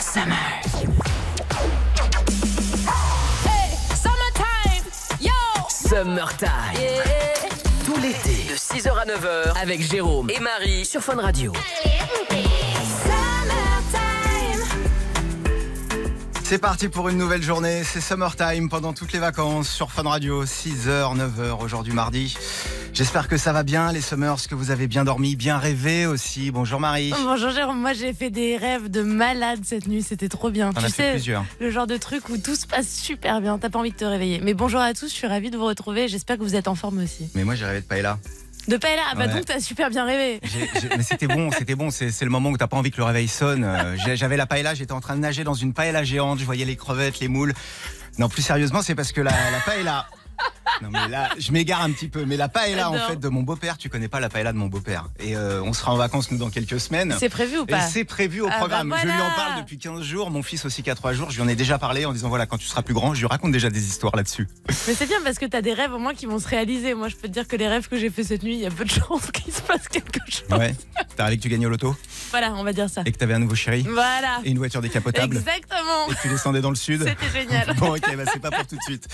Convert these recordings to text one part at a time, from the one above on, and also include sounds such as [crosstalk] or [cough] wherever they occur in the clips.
Summer. Hey, summertime, yo, Summertime. yeah. Tout l'été. De 6h à 9h. Avec Jérôme et Marie sur Fun Radio. Summertime, C'est parti pour une nouvelle journée, c'est Summertime pendant toutes les vacances sur Fun Radio, 6h, 9h aujourd'hui mardi. J'espère que ça va bien les Summers, que vous avez bien dormi, bien rêvé aussi. Bonjour Marie. Bonjour Jérôme, moi j'ai fait des rêves de malade cette nuit, c'était trop bien. On tu a fait sais, plusieurs. le genre de truc où tout se passe super bien, t'as pas envie de te réveiller. Mais bonjour à tous, je suis ravie de vous retrouver, j'espère que vous êtes en forme aussi. Mais moi j'ai rêvé de Paella. De Paella, ah bah Ouais. donc t'as super bien rêvé. J'ai- j'ai- Mais c'était bon, c'était bon, c'est c'est le moment où t'as pas envie que le réveil sonne. Euh, j'ai- J'avais la Paella, j'étais en train de nager dans une Paella géante, je voyais les crevettes, les moules. Non, plus sérieusement, c'est parce que la, la Paella... Non mais là, je m'égare un petit peu, mais la paella en J'adore. fait de mon beau-père, tu connais pas la paella de mon beau-père. Et euh, on sera en vacances nous dans quelques semaines. C'est prévu ou Et pas c'est prévu au Ah bah programme. Je lui en voilà. parle depuis 15 jours. Mon fils aussi qui a 3 jours. Je lui en ai déjà parlé en disant voilà, quand tu seras plus grand, je lui raconte déjà des histoires [laughs] là-dessus. Mais c'est bien parce que t'as des rêves au moins qui vont se réaliser. Moi je peux te dire que les rêves que j'ai fait cette nuit, il y a peu de chances qu'il se passe quelque chose. Ouais. T'as rêvé que tu gagnais au loto Voilà, on va dire ça. et que t'avais un nouveau chéri Voilà. et une voiture décapotable Exactement. et que tu descendais dans le sud. C'était génial. Bon, ok, bah, c'est pas pour tout de suite.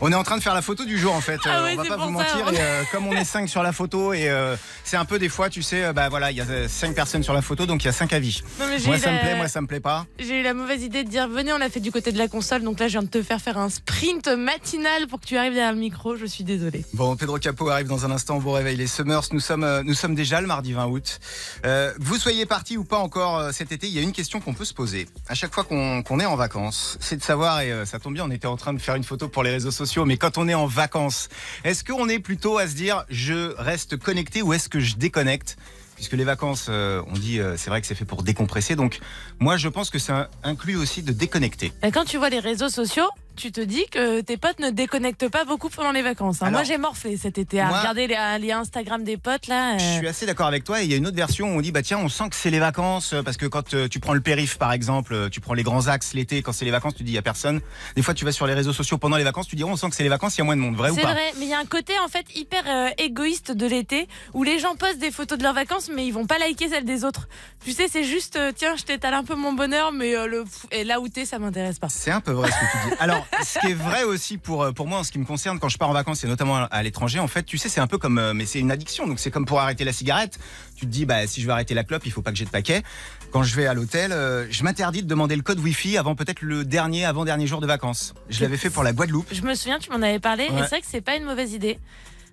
On est en train de faire la photo du jour en fait. Ah Euh, ouais, on va c'est pas pour vous ça, mentir. on- et, euh, comme on est 5 sur la photo et euh, c'est un peu des fois, tu sais, euh, bah voilà, il y a 5 personnes sur la photo donc il y a 5 avis. Non, mais j'ai Moi eu ça me la- plaît, moi ça me plaît pas. J'ai eu la mauvaise idée de dire venez, on l'a fait du côté de la console. Donc là, je viens de te faire faire un sprint matinal pour que tu arrives derrière le micro. Je suis désolée. Bon, Pedro Capo arrive dans un instant, on vous réveille les Summers. Nous sommes, euh, nous sommes déjà le mardi 20 août. Euh, que vous soyez partis ou pas encore euh, cet été, il y a une question qu'on peut se poser. À chaque fois qu'on qu'on est en vacances, c'est de savoir, et euh, ça tombe bien, on était en train de faire une photo pour les réseaux sociaux, mais quand on est en vacances, est-ce qu'on est plutôt à se dire je reste connecté ou est-ce que je déconnecte Puisque les vacances, euh, on dit, euh, c'est vrai que c'est fait pour décompresser. Donc, moi, je pense que ça inclut aussi de déconnecter. Et Bah, quand tu vois les réseaux sociaux, tu te dis que tes potes ne déconnectent pas beaucoup pendant les vacances. hein. Alors, moi, j'ai morflé cet été à moi- regarder les, à- les Instagram des potes là. euh, Je suis assez d'accord avec toi. Et il y a une autre version où on dit bah tiens, on sent que c'est les vacances euh, parce que quand euh, tu prends le périph par exemple, euh, tu prends les grands axes l'été, quand c'est les vacances, tu dis il y a personne. Des fois, tu vas sur les réseaux sociaux pendant les vacances, tu dis oh, on sent que c'est les vacances, il y a moins de monde, vrai ou C'est pas vrai, mais il y a un côté en fait hyper euh, égoïste de l'été où les gens postent des photos de leurs vacances mais ils vont pas liker celles des autres. Tu sais, c'est juste euh, tiens, je t'étale un peu mon bonheur, mais euh, le pff, et là où t'es, ça m'intéresse pas. C'est un peu vrai ce que tu dis. Alors, ce qui est vrai aussi pour, euh, pour moi en ce qui me concerne, quand je pars en vacances et notamment à- à l'étranger, en fait, tu sais, c'est un peu comme. euh, Mais c'est une addiction. Donc, c'est comme pour arrêter la cigarette. Tu te dis, bah, si je veux arrêter la clope, il faut pas que j'ai de paquet. Quand je vais à l'hôtel, euh, je m'interdis de demander le code Wi-Fi avant peut-être le dernier, avant-dernier jour de vacances. Je l'avais fait pour la Guadeloupe. Je me souviens, tu m'en avais parlé, Ouais. et c'est vrai que c'est pas une mauvaise idée.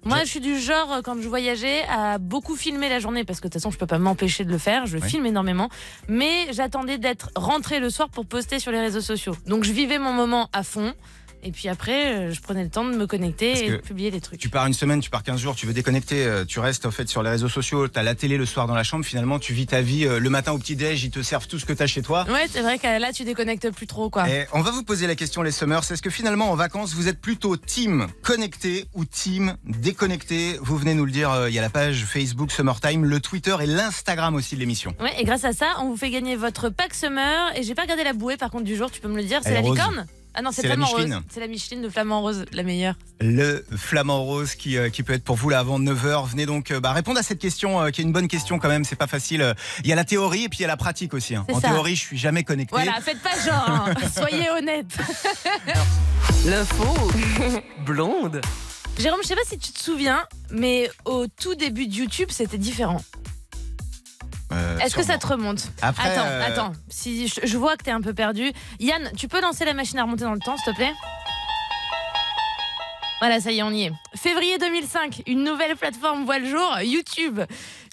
Moi, je suis du genre, euh, quand je voyageais, à beaucoup filmer la journée, parce que de toute façon, je peux pas m'empêcher de le faire, je Ouais. filme énormément. Mais j'attendais d'être rentrée le soir pour poster sur les réseaux sociaux. Donc, je vivais mon moment à fond, et puis après, euh, je prenais le temps de me connecter Parce et que de publier des trucs. Tu pars une semaine, tu pars 15 jours, tu veux déconnecter, euh, tu restes en fait sur les réseaux sociaux, t'as la télé le soir dans la chambre, finalement tu vis ta vie euh, le matin au petit-déj, ils te servent tout ce que t'as chez toi. Ouais, c'est vrai que euh, là, tu déconnectes plus trop, quoi. Et on va vous poser la question les summers, est-ce que finalement en vacances vous êtes plutôt team connecté ou team déconnecté Vous venez nous le dire, euh, il y a la page Facebook Summertime, le Twitter et l'Instagram aussi de l'émission. Ouais, et grâce à ça, on vous fait gagner votre pack summer. Et j'ai pas regardé la bouée, par contre, du jour, tu peux me le dire, c'est Elle est la rose. licorne Ah non, c'est C'est la Flamand Rose. Micheline. C'est la Micheline de Flamand Rose, la meilleure. Le flamant rose qui, euh, qui peut être pour vous là avant 9h. Venez donc euh, bah, répondre à cette question euh, qui est une bonne question quand même, c'est pas facile. Euh, Il y a la théorie et puis il y a la pratique aussi. hein. C'est En ça. théorie je suis jamais connecté. Voilà, faites pas genre, hein. soyez honnête. L'info [laughs] blonde. Jérôme, je sais pas si tu te souviens, mais au tout début de YouTube, c'était différent. Euh, Est-ce que ça sûrement. te remonte Après, Attends, euh, attends. Si je, je vois que t'es un peu perdu, Yann, tu peux lancer la machine à remonter dans le temps, s'il te plaît voilà, ça y est, on y est. Février 2005, une nouvelle plateforme voit le jour, YouTube.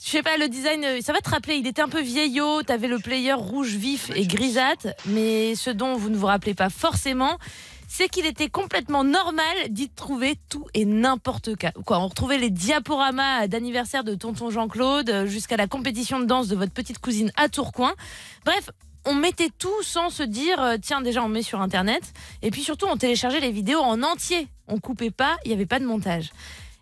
Je sais pas, le design, euh, ça va te rappeler, il était un peu vieillot, t'avais le player rouge vif et grisâtre, mais ce dont vous ne vous rappelez pas forcément, c'est qu'il était complètement normal d'y trouver tout et n'importe quoi. quoi. On retrouvait les diaporamas d'anniversaire de tonton Jean-Claude euh, jusqu'à la compétition de danse de votre petite cousine à Tourcoing. Bref, on mettait tout sans se dire, euh, tiens, déjà on met sur Internet. Et puis surtout, on téléchargeait les vidéos en entier. On coupait pas, il n'y avait pas de montage.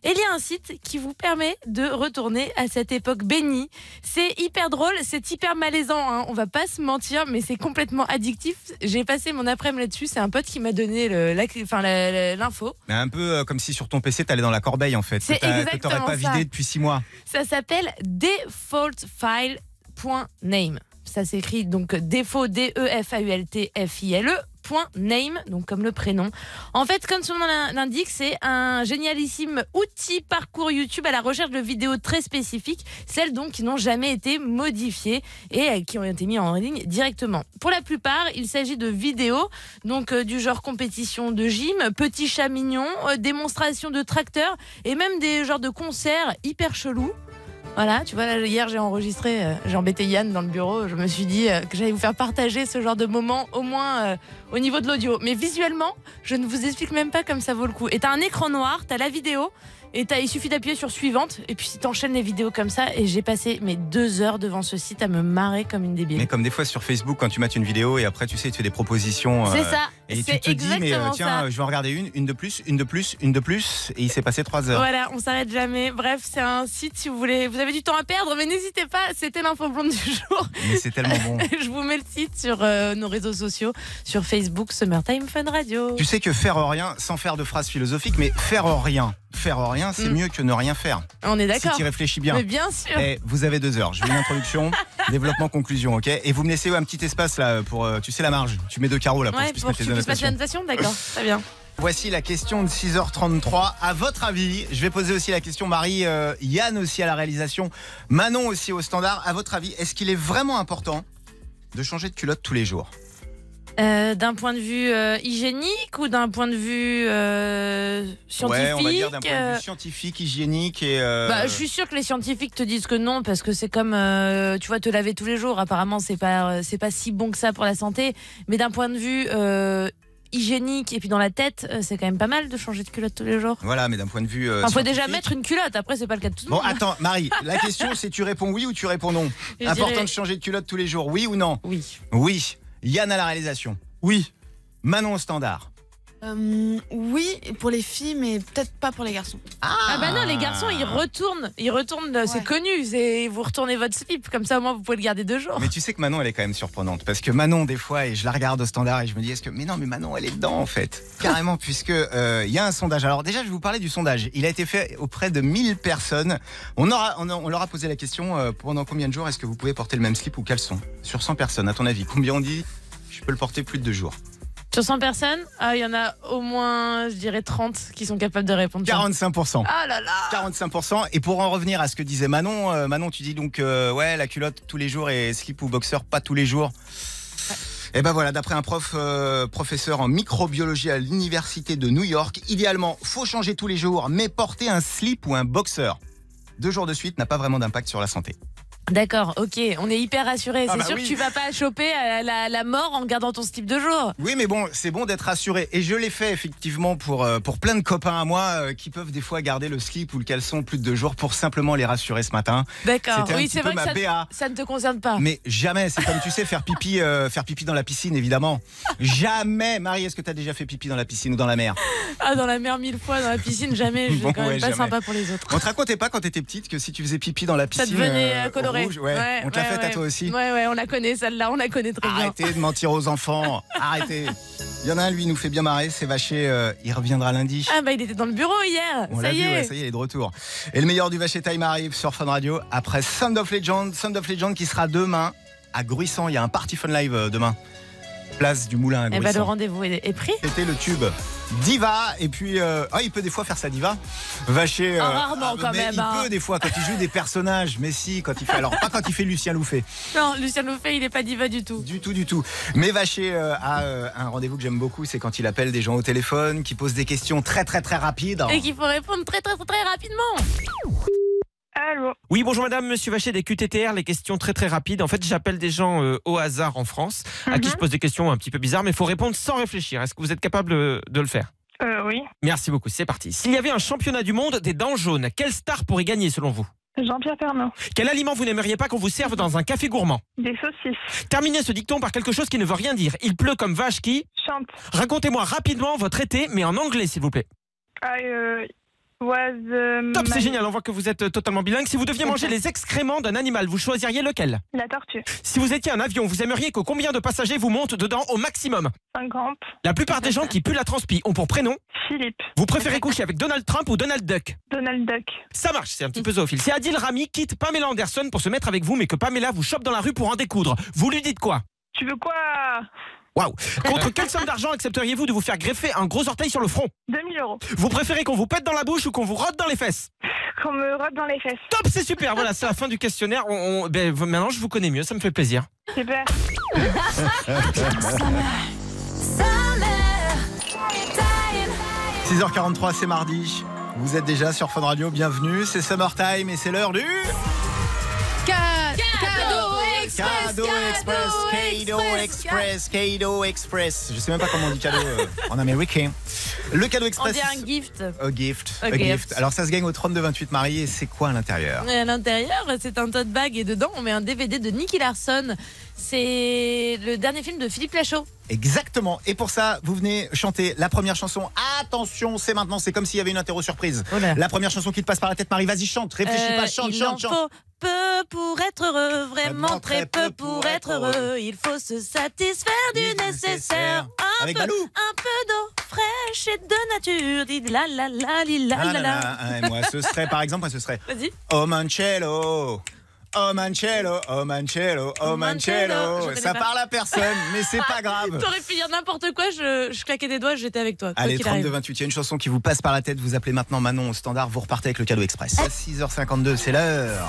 Et il y a un site qui vous permet de retourner à cette époque bénie. C'est hyper drôle, c'est hyper malaisant, hein, on va pas se mentir, mais c'est complètement addictif. J'ai passé mon après-midi là-dessus, c'est un pote qui m'a donné le- la- enfin, la- la- l'info. Mais un peu euh, comme si sur ton PC, t'allais dans la corbeille en fait. C'est Que t'as- que t'aurais exactement pas ça. vidé depuis six mois. Ça s'appelle defaultfile.name. ça s'écrit donc défaut E D-E-F-A-U-L-T-F-I-L-E. E, point Name, donc comme le prénom. En fait, comme son nom l'in- l'indique, c'est un génialissime outil parcours YouTube à la recherche de vidéos très spécifiques, celles donc qui n'ont jamais été modifiées et euh, qui ont été mises en ligne directement. Pour la plupart, il s'agit de vidéos, donc euh, du genre compétition de gym, petits chats mignons, euh, démonstration de tracteurs et même des genres de concerts hyper chelous. Voilà, tu vois, là, hier j'ai enregistré, euh, j'ai embêté Yann dans le bureau, je me suis dit euh, que j'allais vous faire partager ce genre de moment, au moins euh, au niveau de l'audio. Mais visuellement, je ne vous explique même pas comme ça vaut le coup. Et t'as un écran noir, t'as la vidéo, et t'as- il suffit d'appuyer sur suivante, et puis t'enchaînes les vidéos comme ça, et j'ai passé mes deux heures devant ce site à me marrer comme une débile. Mais comme des fois sur Facebook, quand tu mates une vidéo et après, tu sais, tu fais des propositions. c'est euh, ça, Et tu c'est te dis, mais euh, exactement tiens, ça. euh, je vais en regarder une, une de plus, une de plus, une de plus, et il s'est passé trois heures. Voilà, on s'arrête jamais. Bref, c'est un site si vous voulez. Vous avez du temps à perdre, mais n'hésitez pas. C'était l'info blonde du [laughs] jour. Mais c'est tellement bon. Je vous mets le site sur euh, nos réseaux sociaux, sur Facebook, Summertime Fun Radio. Tu sais que faire rien, sans faire de phrases philosophiques, mais faire rien, faire rien, c'est Mm. mieux que ne rien faire. On est Si d'accord. tu réfléchis bien. Mais bien sûr. Eh, vous avez deux heures. Je vais [laughs] une introduction, développement, conclusion, ok Et vous me laissez un petit espace là pour, euh, tu sais, la marge. Tu mets deux carreaux là pour que Ouais, je puisse pour mettre que les tu puisses passer annotations. la notation, [laughs] d'accord. Très bien. Voici la question de 6h33. À votre avis, je vais poser aussi la question Marie, euh, Yann aussi à la réalisation, Manon aussi au standard. À votre avis, est-ce qu'il est vraiment important de changer de culotte tous les jours Euh, d'un point de vue euh, hygiénique ou d'un point de vue euh, scientifique Ouais, on va dire d'un point de euh, vue scientifique, hygiénique et. euh, Bah, je suis sûre que les scientifiques te disent que non parce que c'est comme euh, tu vois te laver tous les jours. Apparemment, c'est pas euh, c'est pas si bon que ça pour la santé. Mais d'un point de vue euh, hygiénique et puis dans la tête, euh, c'est quand même pas mal de changer de culotte tous les jours. Voilà, mais d'un point de vue. euh, Enfin, faut déjà scientifique- mettre une culotte. Après, c'est pas le cas de tout le Bon, monde. attends, [laughs] Marie, la question c'est tu réponds oui ou tu réponds non Je Important dirais- de changer de culotte tous les jours, oui ou non Oui. Oui. Yann à la réalisation Oui. Manon au standard Euh, oui, pour les filles, mais peut-être pas pour les garçons. Ah bah non, les garçons, ils retournent, ils retournent. euh, C'est Ouais. connu. C'est vous retournez votre slip comme ça. Au moins, vous pouvez le garder deux jours. Mais tu sais que Manon, elle est quand même surprenante. Parce que Manon, des fois, et je la regarde au standard et je me dis, est-ce que. Mais non, mais Manon, elle est dedans, en fait. Carrément, puisque euh, il y a un sondage. Alors, déjà, je vais vous parler du sondage. Il a été fait auprès de 1000 personnes. On, aura, on, a- on leur a posé la question euh, pendant combien de jours est-ce que vous pouvez porter le même slip ou caleçon Sur 100 personnes, à ton avis, combien on dit je peux le porter plus de deux jours Sur 100 personnes, ah, il y en a au moins, je dirais 30 qui sont capables de répondre. ça. 45%. Ah là là. 45% et pour en revenir à ce que disait Manon, euh, Manon tu dis donc euh, ouais la culotte tous les jours et slip ou boxer pas tous les jours. Et ben voilà, d'après un prof euh, professeur en microbiologie à l'université de New York, idéalement faut changer tous les jours mais porter un slip ou un boxer deux jours de suite n'a pas vraiment d'impact sur la santé. D'accord, ok, on est hyper rassurés. Ah c'est bah sûr oui. que tu vas pas choper euh, la, la mort en gardant ton slip de jour. Oui, mais bon, c'est bon d'être assuré. Et je l'ai fait effectivement pour, euh, pour plein de copains à moi euh, qui peuvent des fois garder le slip ou le caleçon plus de deux jours pour simplement les rassurer ce matin. D'accord, C'était un oui, petit c'est peu vrai que ma ça, BA. ça ne te concerne pas. Mais jamais, c'est comme tu sais, faire pipi, euh, faire pipi dans la piscine, évidemment. Jamais, Marie, est-ce que t'as déjà fait pipi dans la piscine ou dans la mer Ah, dans la mer mille fois, dans la piscine, [laughs] jamais. Je Bon, suis quand même ouais, pas jamais. sympa pour les autres. On te racontait pas quand t'étais petite que si tu faisais pipi dans [laughs] la Ça piscine, devenait euh, euh, au coloré. rouge, ouais, on te l'a ouais, fait à ouais. toi aussi. Ouais, ouais, on la connaît, celle-là, on la connaît très bien. Arrêtez de mentir aux enfants, arrêtez. Il y en a un, lui, il nous fait bien marrer, c'est Vaché, euh, il reviendra lundi. Ah, bah, il était dans le bureau hier, On ça l'a y vu, ouais, est. ça y est, il est de retour. Et le meilleur du Vaché Time arrive sur Fun Radio après Sound of Legend. Sound of Legend qui sera demain à Gruissant. Il y a un party Fun Live euh, demain. Place du Moulin à Eh Gruissant. bah, le rendez-vous est, est pris. C'était le tube Diva et puis euh, ah, il peut des fois faire sa diva. Vacher. Ah, rarement, quand mais même, Il hein. peut des fois quand il joue des personnages, mais si quand il fait alors pas quand il fait Lucien Louffet, Non, Lucien Lefebvre, il est pas diva du tout. du tout du tout. Mais Vacher euh, a euh, un rendez-vous que j'aime beaucoup, c'est quand il appelle des gens au téléphone, qui posent des questions très très très rapides. Et qu'il faut répondre très, très, très rapidement. Allô Oui, bonjour madame, monsieur Vacher des QTTR, les questions très très rapides. En fait, j'appelle des gens euh, au hasard en France, à qui je pose des questions un petit peu bizarres, mais il faut répondre sans réfléchir. Est-ce que vous êtes capable euh, de le faire euh, Oui, Merci beaucoup, c'est parti. S'il y avait un championnat du monde des dents jaunes, quelle star pourrait gagner selon vous Jean-Pierre Pernaud. Quel aliment vous n'aimeriez pas qu'on vous serve dans un café gourmand Des saucisses. Terminez ce dicton par quelque chose qui ne veut rien dire. Il pleut comme vache qui Chante. Racontez-moi rapidement votre été, mais en anglais s'il vous plaît. I, euh, was euh, Top, ma- c'est génial, on voit que vous êtes euh, totalement bilingue. Si vous deviez manger les excréments d'un animal, vous choisiriez lequel la tortue. Si vous étiez un avion, vous aimeriez que combien de passagers vous montent dedans au maximum 50. La plupart des gens qui puent la transpi ont pour prénom Philippe. Vous préférez coucher avec Donald Trump ou Donald Duck Donald Duck. Ça marche, c'est un petit peu zoophile. Si Adil Rami quitte Pamela Anderson pour se mettre avec vous, mais que Pamela vous chope dans la rue pour en découdre, vous lui dites quoi Tu veux quoi Waouh Contre quelle somme d'argent accepteriez-vous de vous faire greffer un gros orteil sur le front 2000 euros. Vous préférez qu'on vous pète dans la bouche ou qu'on vous rote dans les fesses Qu'on me rote dans les fesses. Top, c'est super Voilà, c'est la fin du questionnaire. On, on- ben, maintenant, je vous connais mieux, ça me fait plaisir. Super. Summer time. 6h43, c'est mardi. Vous êtes déjà sur Fun Radio, bienvenue. C'est Summertime et c'est l'heure du. Cadeau Cadeau Express, Cadeau Express, Cadeau Express. Je sais même pas comment on dit cadeau euh, en américain. Le cadeau On express. dit un gift. A gift, A a gift. gift. Alors ça se gagne au 32 28 Marie et c'est quoi à l'intérieur Et à l'intérieur, c'est un tote bag et dedans, on met un DVD de Nicky Larson. C'est le dernier film de Philippe Lachaud. Exactement. Et pour ça, vous venez chanter la première chanson. Attention, c'est maintenant. C'est comme s'il y avait une interro surprise. La première chanson qui te passe par la tête, Marie. Vas-y, chante. Réfléchis Oh Euh, pas, chante, il en chante, chante. faut peu pour être heureux, vraiment très peu pour être heureux. Il faut se satisfaire du nécessaire. Un Avec peu, Balou. un peu d'eau fraîche et de nature. Di la la la, di la Ah, la la. nanana. Ah, et moi, ce serait, par exemple, moi, ce serait Vas-y. Oh Mancello. Oh Mancello, oh Mancello, oh Oh Mancello. Je Mancello. connais Ça pas. Ah, parle à personne, mais c'est pas grave. T'aurais pu dire n'importe quoi, je, je claquais des doigts, j'étais avec toi. quoi Euh. Allez, qu'il arrive. 32-28, il y a une chanson qui vous passe par la tête. Vous appelez maintenant Manon au standard, vous repartez avec le cadeau [laughs] express. 6h52, c'est l'heure.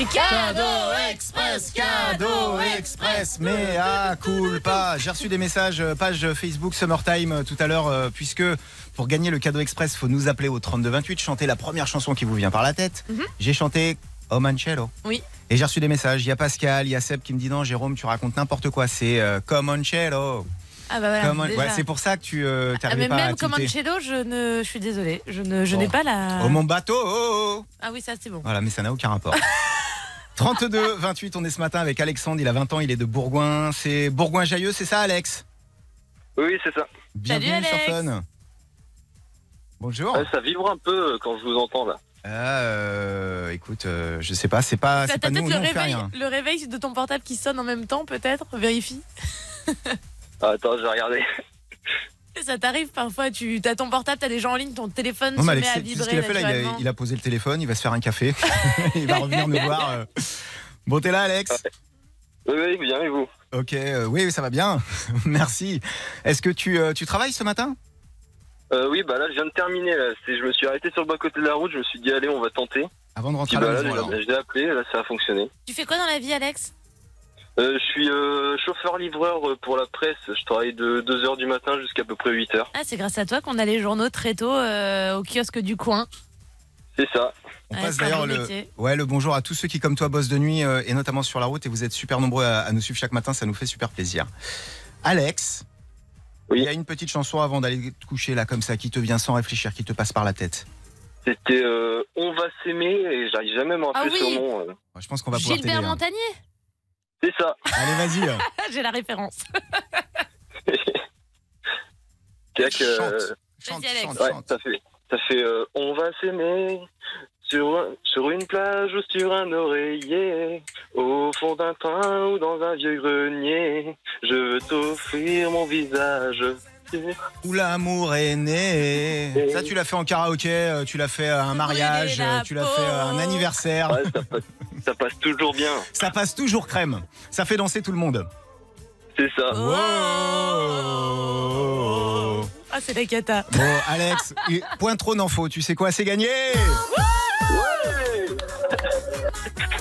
Et cadeau express, cadeau express, mais ah, cool pas. J'ai reçu des messages euh, page Facebook Summertime euh, tout à l'heure, euh, puisque pour gagner le cadeau express, faut nous appeler au 3228, chanter la première chanson qui vous vient par la tête. J'ai chanté Oh Mancello. Mhm. Oui. Et j'ai reçu des messages. Il y a Pascal, il y a Seb qui me dit non, Jérôme, tu racontes n'importe quoi. C'est euh, Comancello. Ah bah voilà. Comme- déjà. ouais, c'est pour ça que tu Ah, euh, mais t'arrivais pas à même comme un tilter. cello, je ne, je suis désolée, je ne, je Bon. n'ai pas la. Oh mon bateau oh, oh. Ah oui, ça c'est bon. Voilà, mais ça n'a [laughs] aucun rapport. 32, 28, on est ce matin avec Alexandre, il a 20 ans, il est de Bourgoin. C'est Bourgoin-Jailleux, c'est ça, Alex Oui, c'est ça. Bienvenue Salut, sur Alex. Fun. Oh. Bonjour. Ouais, ça vibre un peu euh, quand je vous entends là. Euh, écoute, euh, je sais pas, c'est pas, T'as c'est pas t'as nous, peut-être le nous, on fait réveil, rien. le réveil de ton portable qui sonne en même temps, peut-être. Vérifie. Ah, attends, je vais regarder. Ça t'arrive parfois. Tu as ton portable, t'as des gens en ligne, ton téléphone Non, se mais met Alex, à c'est- tu sais ce vibrer qu'il a fait là il a, naturellement. il a posé le téléphone, il va se faire [laughs] un café, il va revenir nous voir. euh. Bon, t'es là, Alex [laughs] Oui, oui, bien, et vous Ok, euh, oui, oui, ça va bien. [laughs] Merci. Est-ce que tu, euh, tu travailles ce matin euh, Oui, bah là, je viens de terminer. Là. C'est- Je me suis arrêté sur le bas-côté de la route. Je me suis dit, allez, on va tenter. Avant de Puis rentrer à bah la là, maison, alors. j'ai- je l'ai appelé. Là, ça a fonctionné. Tu fais quoi dans la vie, Alex Euh, je suis euh, chauffeur-livreur euh, pour la presse. Je travaille de 2h du matin jusqu'à à peu près 8h. Ah, c'est grâce à toi qu'on a les journaux très tôt euh, au kiosque du coin. C'est ça. On Ouais, passe c'est un d'ailleurs bon le, métier. ouais, le bonjour à tous ceux qui, comme toi, bossent de nuit euh, et notamment sur la route. Et vous êtes super nombreux à, à nous suivre chaque matin, ça nous fait super plaisir. Alex, Oui. il y a une petite chanson avant d'aller te coucher là comme ça qui te vient sans réfléchir, qui te passe par la tête. C'était euh, On va s'aimer et j'arrive jamais à me rappeler Ah oui. son nom. euh. Ouais, Je pense qu'on va pouvoir t'aider. Gilbert hein. Montagnier. [laughs] C'est ça. Allez, vas-y. euh. J'ai la référence. C'est que, euh, Chante, chante, Alex. chante, Ouais, chante. ça fait, ça fait euh, on va s'aimer sur, un- sur une plage ou sur un oreiller, au fond d'un train ou dans un vieux grenier. Je veux t'offrir mon visage. [laughs] Où l'amour est né. Ça, tu l'as fait en karaoké, euh, tu l'as fait à un mariage, Brûler la euh, tu l'as fait à un peau. anniversaire. Ouais, ça, passe, ça passe toujours bien, Ça passe toujours crème. Ça fait danser tout le monde. c'est ça. Oh. Wow. Ah, c'est la cata. Bon, Alex, et point trop d'infos. Tu sais quoi, c'est gagné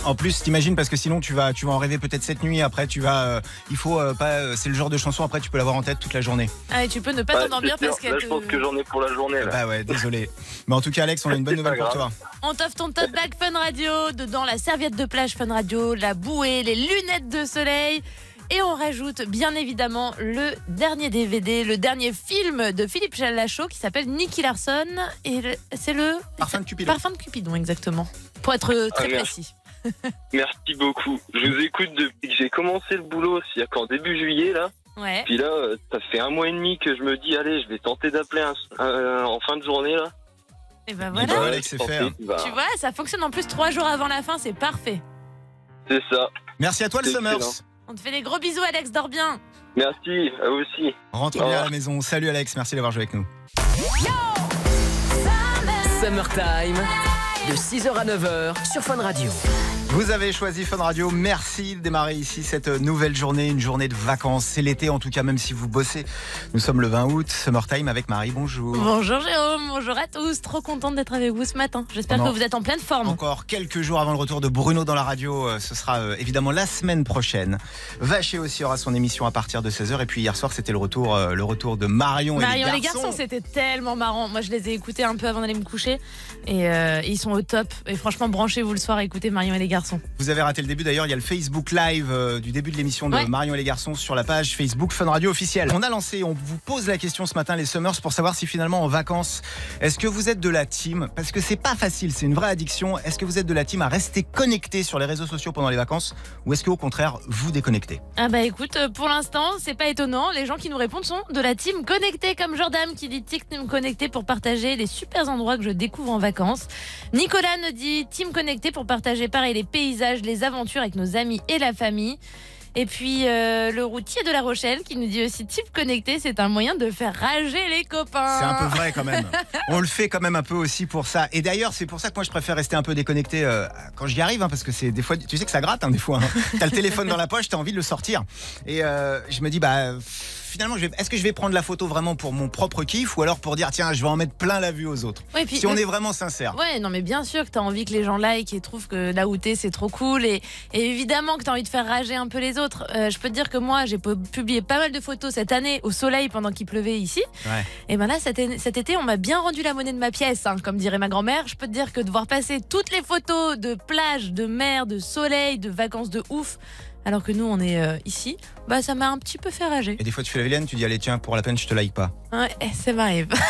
En plus, t'imagines parce que sinon tu vas, tu vas en rêver peut-être cette nuit. Après, tu vas, euh, il faut euh, pas. euh, c'est le genre de chanson. Après, tu peux l'avoir en tête toute la journée. Ah, et tu peux ne pas Ouais, t'endormir c'est sûr. parce qu'elle Là, je pense te- que j'en ai pour la journée. Là. Bah ouais, désolé. Mais en tout cas, Alex, on a une bonne C'est pas nouvelle pour toi. grave. On t'offre ton tote bag Fun Radio, dedans la serviette de plage Fun Radio, la bouée, les lunettes de soleil. Et on rajoute bien évidemment le dernier DVD, le dernier film de Philippe Lachaud qui s'appelle Nicky Larson. Et le- c'est le Parfum de Cupidon. parfum de Cupidon, exactement. Pour être très Ah, merde. précis. Merci beaucoup. Je vous écoute depuis que j'ai commencé le boulot, c'est-à-dire qu'en début juillet, là, Ouais. Puis là, euh, ça fait un mois et demi que je me dis, allez, je vais tenter d'appeler un- un- en fin de journée là. Et ben Bah, voilà. voilà que c'est je pense fait, que hein. tu vas. Tu vois, ça fonctionne en plus trois jours avant la fin, c'est parfait. C'est ça. Merci à toi, le C'est Summers. excellent. On te fait des gros bisous, Alex, dors bien. Merci, à vous aussi. Rentre Au bien à revoir. la maison. Salut, Alex. Merci d'avoir joué avec nous. Summertime de 6h à 9h sur Fun Radio. Vous avez choisi Fun Radio. Merci de démarrer ici cette nouvelle journée, une journée de vacances. C'est l'été, en tout cas, même si vous bossez. Nous sommes le 20 août, Summertime avec Marie. Bonjour. Bonjour Jérôme, bonjour à tous. Trop contente d'être avec vous ce matin. J'espère Non. que vous êtes en pleine forme. Encore quelques jours avant le retour de Bruno dans la radio. euh, Ce sera euh, évidemment la semaine prochaine. Vaché aussi aura son émission à partir de 16h. Et puis hier soir, c'était le retour, euh, le retour de Marion, Marion, et les garçons, c'était tellement marrant. Moi, je les ai écoutés un peu avant d'aller me coucher. Et euh, ils sont au top. Et franchement, branchez-vous le soir, écoutez Marion et les garçons. Vous avez raté le début d'ailleurs, il y a le Facebook Live euh, du début de l'émission de Ouais. Marion et les garçons sur la page Facebook Fun Radio officielle. On a lancé, on vous pose la question ce matin les Summers pour savoir si finalement en vacances, est-ce que vous êtes de la team Parce que c'est pas facile, c'est une vraie addiction. Est-ce que vous êtes de la team à rester connecté sur les réseaux sociaux pendant les vacances ou est-ce que au contraire vous déconnectez Ah bah écoute, euh, pour l'instant, c'est pas étonnant. Les gens qui nous répondent sont de la team connectée, comme Jordan qui dit team connectée pour partager les super endroits que je découvre en vacances. Nicolas nous dit team connectée pour partager pareil les paysages, les aventures avec nos amis et la famille. Et puis euh, le routier de La Rochelle qui nous dit aussi team connectée, c'est un moyen de faire rager les copains. C'est un peu vrai quand [laughs] même. On le fait quand même un peu aussi pour ça. Et d'ailleurs, c'est pour ça que moi je préfère rester un peu déconnecté euh, quand j'y arrive, hein, parce que c'est des fois, tu sais que ça gratte, hein, des fois. [laughs] hein. T'as le téléphone dans la poche, t'as envie de le sortir. Et euh, je me dis, bah finalement, je vais- est-ce que je vais prendre la photo vraiment pour mon propre kiff ou alors pour dire, tiens, je vais en mettre plein la vue aux autres Ouais, puis Si on le- est vraiment sincère. Ouais, non, mais bien sûr que t'as envie que les gens like et trouvent que là où t'es, c'est trop cool. Et, et évidemment que t'as envie de faire rager un peu les autres. Euh, je peux te dire que moi, j'ai pu- publié pas mal de photos cette année au soleil pendant qu'il pleuvait ici. Ouais. Et ben là, cet, é- cet été, on m'a bien rendu la monnaie de ma pièce, hein, comme dirait ma grand-mère. Je peux te dire que de voir passer toutes les photos de plage, de mer, de soleil, de vacances de ouf, alors que nous, on est euh, ici, bah ça m'a un petit peu fait rager. Et des fois, tu fais la vilaine, tu dis, allez, tiens, pour la peine, je te like pas. Ouais, eh, ça m'arrive. [laughs]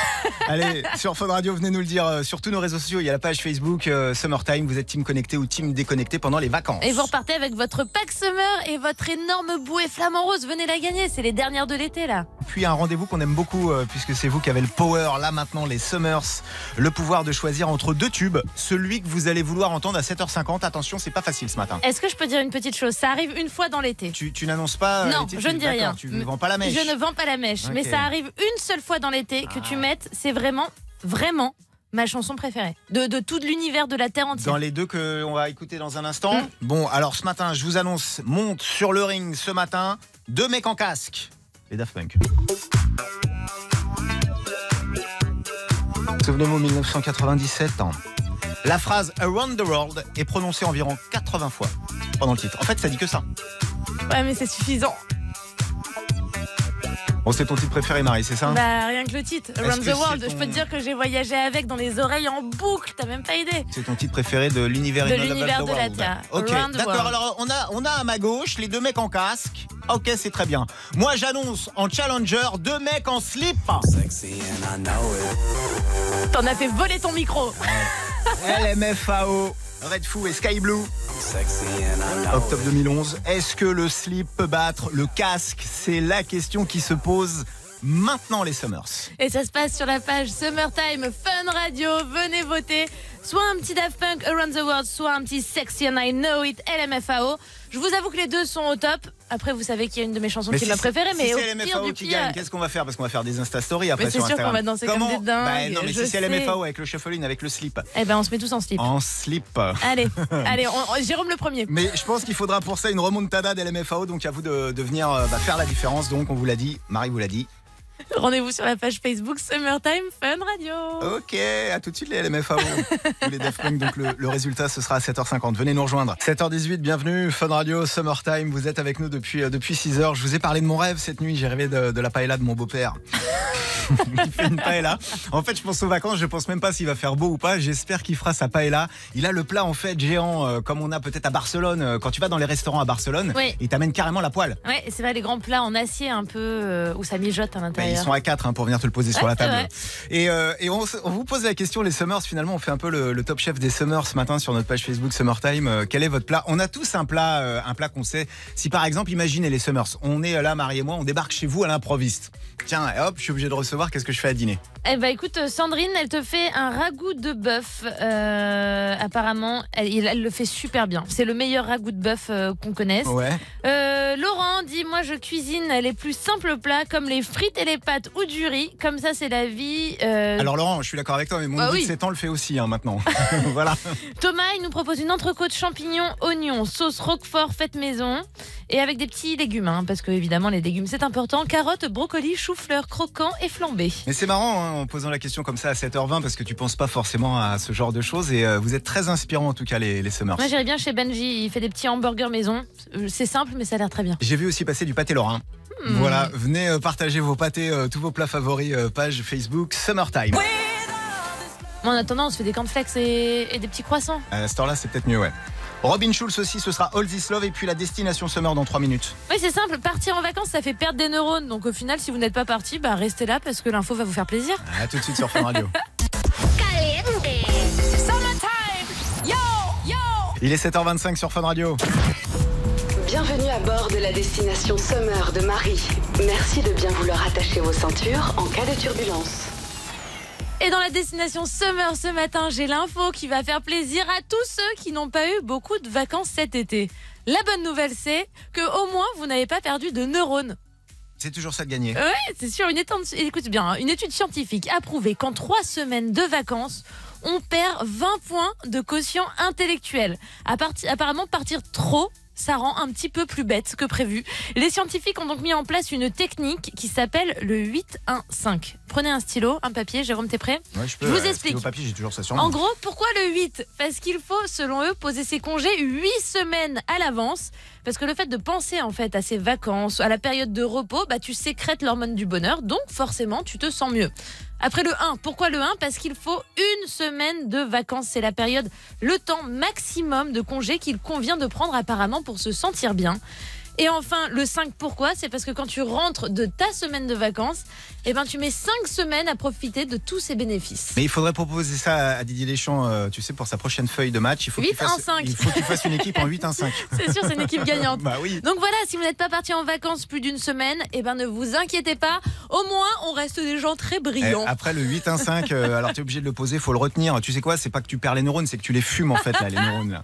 Allez, sur Fun Radio, venez nous le dire. euh, sur tous nos réseaux sociaux, il y a la page Facebook euh, Summertime. Vous êtes team connecté ou team déconnecté pendant les vacances. Et vous repartez avec votre pack summer et votre énorme bouée flamant rose. Venez la gagner, c'est les dernières de l'été là. Puis un rendez-vous qu'on aime beaucoup, euh, puisque c'est vous qui avez le power, là maintenant, les Summers, le pouvoir de choisir entre deux tubes, celui que vous allez vouloir entendre à 7h50. Attention, c'est pas facile ce matin. Est-ce que je peux dire une petite chose Ça arrive une fois dans l'été. Tu, tu n'annonces pas. euh, Non, les je titres, ne dis d'accord, rien. Tu Mais ne vends pas la mèche. Je ne vends pas la mèche, mais Ok. Ah. ça arrive une seule fois dans l'été que tu mettes. C'est vraiment, vraiment ma chanson préférée. De, de tout l'univers de la Terre entière. Dans les deux que on va écouter dans un instant. Bon, alors ce matin, je vous annonce, monte sur le ring ce matin, deux mecs en casque. Les Daft Punk. Souvenez-vous 1997. hein. La phrase Around the World est prononcée environ 80 fois pendant le titre. En fait, ça dit que ça. Ouais, mais c'est suffisant. Bon, c'est ton titre préféré, Marie, c'est ça hein Bah, rien que le titre, Around que the c'est World. Je ton- peux te dire que j'ai voyagé avec dans les oreilles en boucle. T'as même pas idée. C'est ton titre préféré de l'univers De Not About l'univers de the la World. Terre. Ok, Around the d'accord. World. Alors on a, on a à ma gauche les deux mecs en casque. Ok, c'est très bien. Moi, j'annonce en challenger deux mecs en slip. T'en as fait voler ton micro. LMFAO, Red Fou et Sky Blue. Octobre 2011. Est-ce que le slip peut battre le casque C'est la question qui se pose maintenant, les Summers. Et ça se passe sur la page Summertime Fun Radio. Venez voter. Soit un petit Daft Punk Around the World, soit un petit Sexy and I Know It LMFAO. Je vous avoue que les deux sont au top. Après, vous savez qu'il y a une de mes chansons qui est ma préférée, mais si au pire c'est LMFAO du qui pire. gagne, qu'est-ce qu'on va faire Parce qu'on va faire des Insta Stories après Mais c'est sur sûr qu'on Instagram. va danser comme Comment des dingues, Bah non, mais je si c'est sais. LMFAO avec le shuffling, avec le slip. Eh ben, on se met tous en slip. En slip. [laughs] Allez, allez, on- on- Jérôme le premier. Mais je pense qu'il faudra pour ça une remontada d'LMFAO, donc à vous de, de venir euh, bah, faire la différence. Donc on vous l'a dit, Marie vous l'a dit. Rendez-vous sur la page Facebook Summertime Fun Radio. Ok, à tout de suite les LMFAO. Tous les Daft Punk, donc le, le résultat ce sera à 7h50. Venez nous rejoindre. 7h18, bienvenue, Fun Radio, Summertime. Vous êtes avec nous depuis, euh, depuis 6h. Je vous ai parlé de mon rêve cette nuit. J'ai rêvé de, de la paella de mon beau-père. il fait une paella. En fait, je pense aux vacances, je pense même pas s'il va faire beau ou pas. J'espère qu'il fera sa paella. Il a le plat en fait géant, euh, comme on a peut-être à Barcelone. Euh, Quand tu vas dans les restaurants à Barcelone, Oui. ils t'amènent carrément la poêle. Ouais, c'est vrai, les grands plats en acier un peu euh, où ça mijote à Bah, ils l'intérieur. sont à 4 pour venir te le poser sur Ouais, la c'est table. vrai. Et, euh, et on, se- on vous pose la question, les Summers, finalement, on fait un peu le, le top chef des Summers ce matin sur notre page Facebook Summertime. Euh, quel est votre plat On a tous un plat, euh, un plat qu'on sait. Si par exemple, imaginez les Summers, on est euh, là, Marie et moi, on débarque chez vous à l'improviste. Tiens, et hop, je suis obligé de recevoir, qu'est-ce que je fais à dîner Eh ben écoute, euh, Sandrine, elle te fait un ragoût de bœuf. Euh, apparemment, elle, elle- elle le fait super bien. C'est le meilleur ragoût de bœuf euh, qu'on connaisse. Ah Ouais. Euh, Laurent dit Moi, je cuisine les plus simples plats comme les frites et les pâtes ou du riz. Comme ça, c'est la vie. Euh, Alors Laurent, je suis d'accord avec toi, mais mon Bah goût oui. de 7 ans le fait aussi hein, maintenant. [laughs] voilà. Thomas, il nous propose une entrecôte champignons, oignons, sauce roquefort faite maison et avec des petits légumes, hein, parce que évidemment, les légumes, c'est important carottes, brocolis, chou-fleur, croquants et flambés. Mais c'est marrant hein, en posant la question comme ça à 7h20 parce que tu penses pas forcément à ce genre de choses et euh, vous êtes très inspirants en tout cas les, les Summers. Moi, j'irais bien chez Benji. Il fait des petits hamburgers maison. Euh, C'est simple, mais ça a l'air très bien. J'ai vu aussi passer du pâté lorrain. Hmm. Voilà, venez euh, partager vos pâtés, euh, tous vos plats favoris, euh, page Facebook Summertime. Mais en attendant, on se fait des cornflakes et, et des petits croissants. À ce temps-là, c'est peut-être mieux, ouais. Robin Schulz aussi, ce sera All This Love et puis la destination Summer dans 3 minutes. Oui, c'est simple. Partir en vacances, ça fait perdre des neurones. Donc, au final, si vous n'êtes pas parti, bah, restez là parce que l'info va vous faire plaisir. À tout de suite sur [laughs] Fun Radio. Summertime. Yo, yo. Il est 7h25 sur Fun Radio. Bienvenue à bord de la destination Summer de Marie. Merci de bien vouloir attacher vos ceintures en cas de turbulence. Et dans la destination Summer ce matin, j'ai l'info qui va faire plaisir à tous ceux qui n'ont pas eu beaucoup de vacances cet été. La bonne nouvelle, c'est que au moins, vous n'avez pas perdu de neurones. C'est toujours ça de gagner. C'est sûr, une étude, écoute bien, hein, une étude scientifique a prouvé qu'en trois semaines de vacances, on perd 20 points de quotient intellectuel. À parti- apparemment, partir trop, ça rend un petit peu plus bête que prévu. Les scientifiques ont donc mis en place une technique qui s'appelle le 8-1-5. Prenez un stylo, un papier, Jérôme, t'es prêt Ouais, peux, Je vous euh, explique. stylo papier, j'ai toujours ça sur moi. en gros, pourquoi le 8 Parce qu'il faut, selon eux, poser ses congés 8 semaines à l'avance. Parce que le fait de penser en fait à ses vacances, à la période de repos, bah, tu sécrètes l'hormone du bonheur, donc forcément tu te sens mieux. Après le 1, pourquoi le 1 Parce qu'il faut une semaine de vacances. C'est la période, le temps maximum de congés qu'il convient de prendre apparemment pour se sentir bien. Et enfin, le 5, pourquoi C'est parce que quand tu rentres de ta semaine de vacances, eh ben, tu mets 5 semaines à profiter de tous ces bénéfices. Mais il faudrait proposer ça à Didier Deschamps, euh, tu sais, pour sa prochaine feuille de match. Il faut qu'il 8-1-5. fasse, il faut qu'il fasse une équipe en 8-1-5. [laughs] C'est sûr, c'est une équipe gagnante. Bah oui. Donc voilà, si vous n'êtes pas parti en vacances plus d'une semaine, eh ben ne vous inquiétez pas. Au moins, on reste des gens très Eh, brillants. après le 8-1-5, euh, alors tu es obligé de le poser, faut le retenir. Tu sais quoi, c'est pas que tu perds les neurones, c'est que tu les fumes en fait, là, les neurones. là.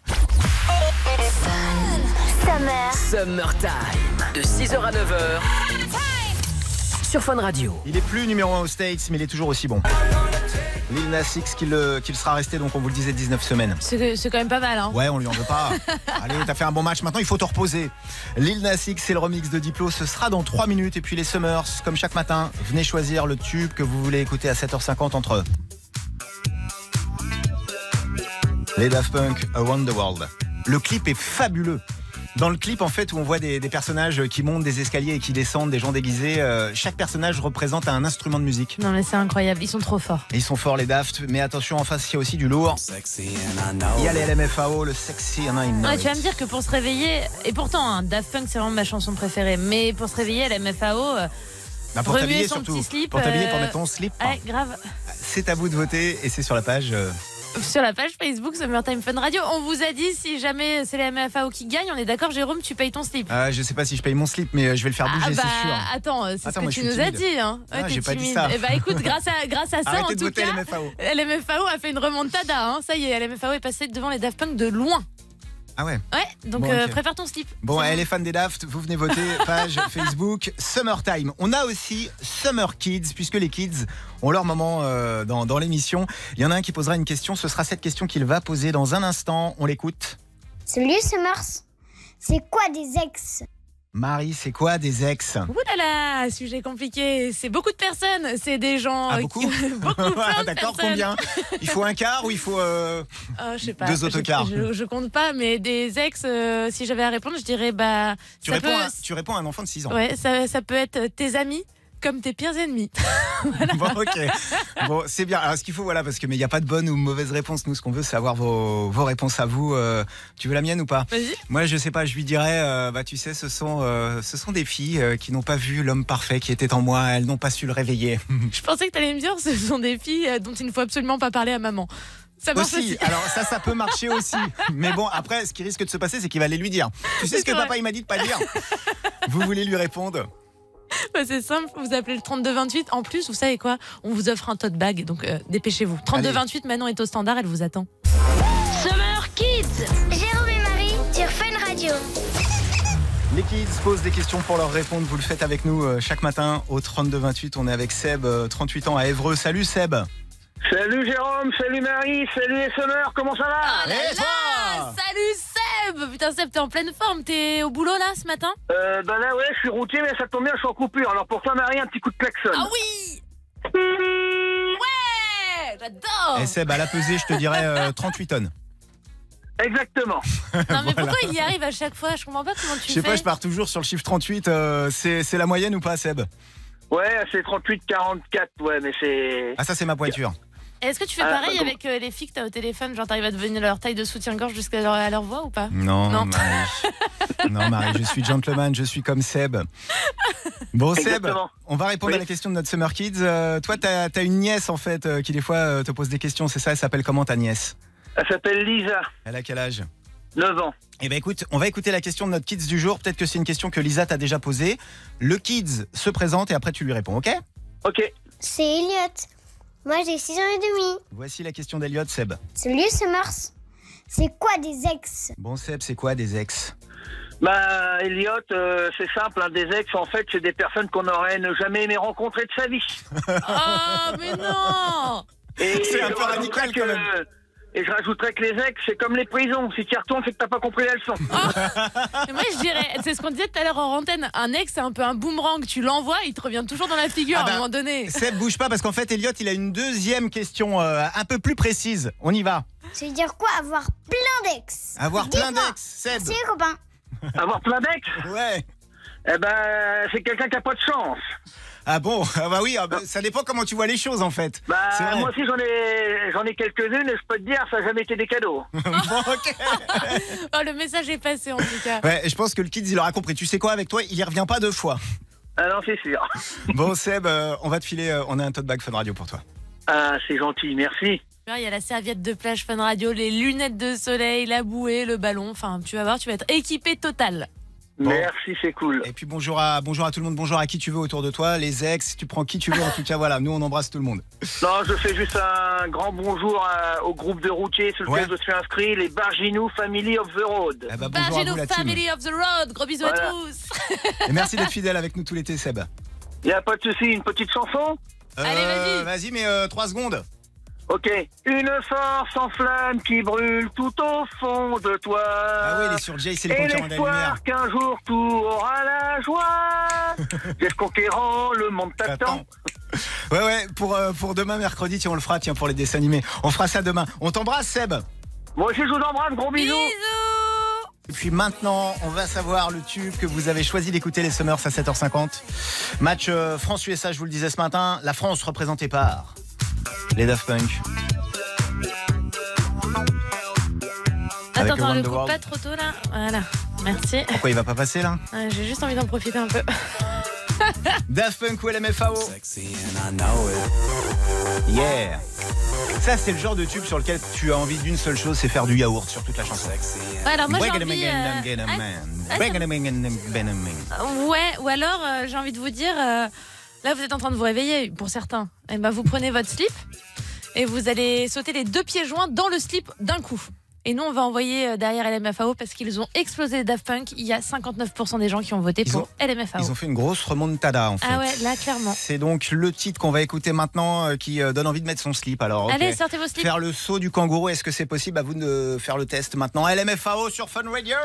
Summer. Summertime. De 6h à 9h. Sur Fun Radio. Il est plus numéro 1 aux States, mais il est toujours aussi bon. Lil Nas X qu'il euh, qu'il sera resté, donc on vous le disait, 19 semaines. C'est c'est quand même pas mal, hein. Ouais, on lui en veut pas. Allez, t'as fait un bon match, maintenant il faut te reposer. Lil Nas X c'est le remix de Diplo, ce sera dans 3 minutes. Et puis les Summers, comme chaque matin, venez choisir le tube que vous voulez écouter à 7h50 entre eux. Les Daft Punk Around the World. Le clip est fabuleux. Dans le clip, en fait, où on voit des, des personnages qui montent des escaliers et qui descendent, des gens déguisés, euh, chaque personnage représente un instrument de musique. Non mais c'est incroyable, ils sont trop forts. Ils sont forts les Daft, mais attention en face il y a aussi du lourd. Il y a les LMFAO, le sexy and I know Ouais, it. Ah, tu vas me dire que pour se réveiller, et pourtant, hein, Daft Punk c'est vraiment ma chanson préférée, mais pour se réveiller, la MFAO, euh, Bah, pour remuer t'habiller son surtout. petit slip, pour t'habiller, euh, pour mettre ton slip. ouais, grave. C'est à vous de voter et c'est sur la page. euh, Sur la page Facebook Summertime Fun Radio, on vous a dit si jamais c'est la MFAO qui gagne, on est d'accord, Jérôme, tu payes ton slip. ah, je sais pas si je paye mon slip, mais euh, je vais le faire bouger, ah bah c'est sûr. attends, euh, c'est ce Attends, que moi, je tu suis nous as timide. dit. Hein. Ouais, Ah, t'es j'ai pas dit timide. ça. Eh bah écoute, grâce à, grâce à ça, Arrêtez en de tout voter cas, LMFAO. LMFAO a fait une remontada, hein. ça y est, LMFAO est passé devant les Daft Punk de loin. Ah ouais. Ouais, donc Bon, euh, ok. prépare ton slip. Bon, C'est elle est fan des Daft, vous venez voter, [laughs] page Facebook, Summertime. On a aussi Summer Kids, puisque les kids ont leur moment euh, dans, dans l'émission. Il y en a un qui posera une question, ce sera cette question qu'il va poser dans un instant. On l'écoute. Salut Summers, c'est quoi des ex Marie, c'est quoi des ex Ouh là là, sujet compliqué. C'est beaucoup de personnes, c'est des gens. Ah, euh, beaucoup qui- [laughs] [laughs] beaucoup, plein de Ah, D'accord, personnes. combien Il faut un quart ou il faut. euh, Oh, je sais pas. Deux Je- autocars. Je, je compte pas, mais des ex, euh, si j'avais à répondre, je dirais bah. Tu, ça réponds peut- à, tu réponds à un enfant de 6 ans. Ouais, ça, ça peut être tes amis comme tes pires ennemis. Bon, ok. Bon, c'est bien. Alors, ce qu'il faut, voilà, parce que mais il n'y a pas de bonne ou de mauvaise réponse. Nous, ce qu'on veut, c'est avoir vos, vos réponses à vous. Euh, tu veux la mienne ou pas Vas-y. Moi, je sais pas. Je lui dirais, euh, bah, tu sais, ce sont, euh, ce sont des filles euh, qui n'ont pas vu l'homme parfait qui était en moi. Elles n'ont pas su le réveiller. [laughs] Je pensais que t'allais me dire, ce sont des filles euh, dont il ne faut absolument pas parler à maman. Ah Ça marche Aussi. Alors, ça, ça peut marcher aussi. Mais bon, après, ce qui risque de se passer, c'est qu'il va aller lui dire. Tu sais ce que vrai. papa il m'a dit de pas dire Vous voulez lui répondre Bah, c'est simple, vous appelez le 3228. En plus, vous savez quoi On vous offre un tote bag, donc euh, dépêchez-vous. 3228, Manon est au standard, elle vous attend. Summer Kids Jérôme et Marie sur Fun Radio. Les kids posent des questions pour leur répondre. Vous le faites avec nous euh, chaque matin au 32-28. On est avec Seb, euh, 38 ans à Évreux. Salut Seb. Salut Jérôme, salut Marie, salut les Summer, comment ça va Ah là là Salut Seb Putain, Seb, t'es en pleine forme, t'es au boulot là ce matin euh, Ben là ouais, je suis routier mais ça tombe bien, je suis en coupure. Alors pour toi Marie, un petit coup de klaxon. Ah oui Ouais J'adore Et Eh, Seb, à la pesée, je te dirais euh, 38 tonnes. Exactement. Non, mais Voilà. pourquoi il y arrive à chaque fois Je comprends pas comment tu Je sais fais. pas, je pars toujours sur le chiffre 38. euh, c'est c'est la moyenne ou pas, Seb Ouais, c'est 38-44, ouais mais c'est... Ah, ça, c'est ma pointure. Est-ce que tu fais Ah, pareil pardon. avec euh, les filles que t'as au téléphone Genre, t'arrives à devenir leur taille de soutien-gorge jusqu'à leur, à leur voix ou pas Non, Non. Marie. non, Marie, je suis gentleman, je suis comme Seb. Bon, Seb, Exactement. on va répondre Oui. à la question de notre Summer Kids. Euh, toi, t'as as une nièce, en fait, euh, qui des fois euh, te pose des questions, c'est ça Elle s'appelle comment ta nièce Elle s'appelle Lisa, Elle a quel âge 9 ans. Eh ben écoute, on va écouter la question de notre Kids du jour. Peut-être que c'est une question que Lisa t'a déjà posée. Le Kids se présente et après tu lui réponds, ok Ok, C'est Elliot. Moi j'ai 6 ans et demi. Voici la question d'Eliott, Seb. Salut Summers. C'est quoi des ex Bon, Seb, c'est quoi des ex bah Elliot, euh, c'est simple, hein, des ex en fait c'est des personnes qu'on aurait ne jamais aimé rencontrer de sa vie. Oh, mais non Et C'est un je peu radical, rajouterais quand que- Et je rajouterais que les ex, c'est comme les prisons. Si tu y retournes, c'est que t'as pas compris la leçon. Mais Moi, je dirais, c'est ce qu'on disait tout à l'heure en antenne, un ex, c'est un peu un boomerang, tu l'envoies, il te revient toujours dans la figure Ah bah. à un moment [laughs] donné. Seb, bouge pas parce qu'en fait, Elliot, il a une deuxième question euh, un peu plus précise. On y va. Ça veut dire quoi avoir plein d'ex Avoir plein Dis-moi. d'ex, Seb. Merci les copains. Avoir plein d'ex, Ouais. eh ben, c'est quelqu'un qui a pas de chance. Ah bon Ah bah oui, ah bah, ça dépend comment tu vois les choses en fait. Bah, C'est vrai. moi aussi, j'en ai, j'en ai quelques-unes et je peux te dire, ça n'a jamais été des [laughs] cadeaux. [laughs] Bon, ok. Oh, le message est passé en tout [laughs] cas. Ouais, je pense que le kids il aura compris. Tu sais quoi avec toi, il y revient pas deux fois. Ah non, c'est sûr. Bon Seb, euh, on va te filer euh, on a un tote bag Fun Radio pour toi. Ah, c'est gentil, merci. Tu vois, Il y a la serviette de plage Fun Radio, les lunettes de soleil, la bouée, le ballon. Enfin, tu vas voir, tu vas être équipé total. Bon. Merci, c'est cool. Et puis bonjour à bonjour à tout le monde, bonjour à qui tu veux autour de toi, les ex, tu prends qui tu veux en tout cas voilà, nous on embrasse tout le monde. Non, je fais juste un grand bonjour à- au groupe de routiers sur lequel Ouais. je suis inscrit, les Barginou Family of the Road. Ah bah, bonjour à vous Bargelou la team. Family of the Road, gros bisous à Voilà. tous. Et merci d'être fidèle avec nous tout l'été Seb. Y a pas de souci, une petite chanson Allez, Euh, Vas-y mais euh, trois secondes. Ok. Une force en flamme qui brûle tout au fond de toi. Ah oui, il est sur Jay, c'est les Et concurrents de la lumière. l'espoir qu'un jour tout aura la [laughs] joie. J'ai conquérant, le monde t'attend. Attends. Ouais, ouais, pour, euh, pour demain, mercredi, tiens, on le fera, tiens, pour les dessins animés. On fera ça demain. On t'embrasse, Seb. Moi aussi, je vous embrasse, gros bisous. Bisous. Et puis maintenant, on va savoir le tube que vous avez choisi d'écouter les Summers à 7h50. Match euh, France-USA, je vous le disais ce matin. La France représentée par les Daft Punk. Avec Attends, attends, le Wonder coupe World. pas trop tôt là. Voilà, merci. Pourquoi il va pas passer là Ah, J'ai juste envie d'en profiter un peu. Daft Punk ou LMFAO Yeah Ça, c'est le genre de tube sur lequel tu as envie d'une seule chose, c'est faire du yaourt sur toute la chanson. Ouais, alors moi j'ai Break it, envie. make it, euh, make it, ah, man. ah, Break it, make it, make it, make it. Ouais, ou alors euh, j'ai envie de vous dire, euh, là vous êtes en train de vous réveiller pour certains. Et ben vous prenez votre slip et vous allez sauter les deux pieds joints dans le slip d'un coup. Et nous on va envoyer euh, derrière LMFAO parce qu'ils ont explosé les Daft Punk. Il y a 59% des gens qui ont voté Ils pour ont- LMFAO. Ils ont fait une grosse remontada en fait. Ah ouais, là clairement. C'est donc le titre qu'on va écouter maintenant euh, qui euh, donne envie de mettre son slip. Alors, ok. Allez, sortez vos slips. faire le saut du kangourou, est-ce que c'est possible à vous de faire le test maintenant LMFAO sur Fun Radio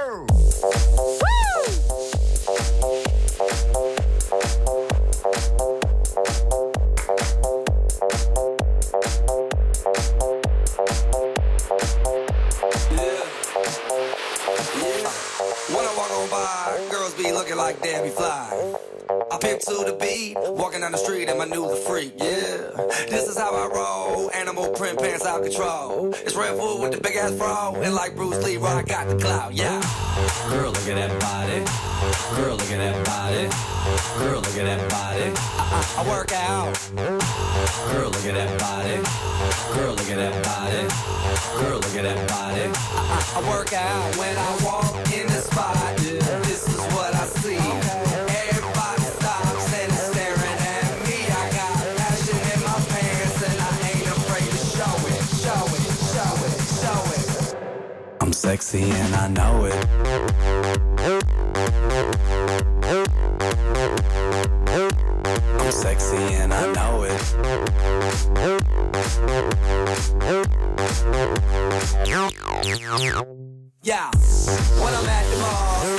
When I walk on by, girls be looking like Debbie Fly. I pimp to the beat, walking down the street and my new the freak, yeah. This is how I roll, animal print pants out control. Oh, It's Red Bull with the big ass bra, and like Bruce Lee, I got the clout, yeah. Girl, look at that body. Girl, look at that body. Girl, look at that body. I, I, I work out. Girl, look at that body. Girl, look at that body. Girl, look at that body. I, I, I work out when I walk in the spot. Yeah, this is what I see. Everybody stops and is sexy and I know it. I'm sexy and I know it. Yeah, when I'm at the mall,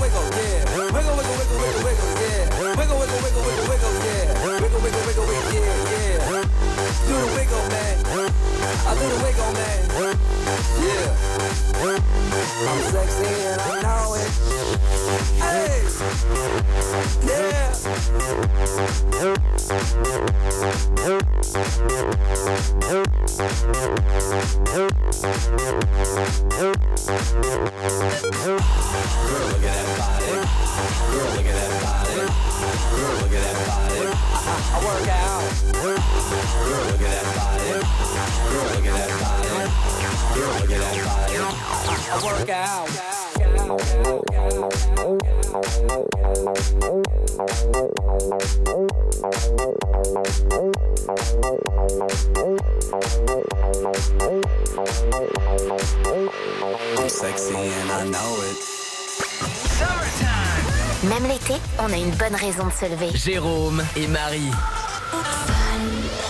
wiggle, yeah. Wiggle, wiggle, wiggle, wiggle, wiggle, yeah. Wiggle, wiggle, wiggle, wiggle, wiggle, yeah. Wiggle, wiggle, wiggle, wiggle, yeah, yeah. Do the wiggle, man. I do the wiggle, man. Yeah. I'm sexy and I know it. Hey. Yeah. Girl, look at that body. Girl, look at that body. Girl, look at that body. I work out. Girl, look at that body. Girl, look at that body. Girl, look at that I body. work out. I'm sexy and I know it. Même l'été, on a une bonne raison de se lever. Jérôme et Marie.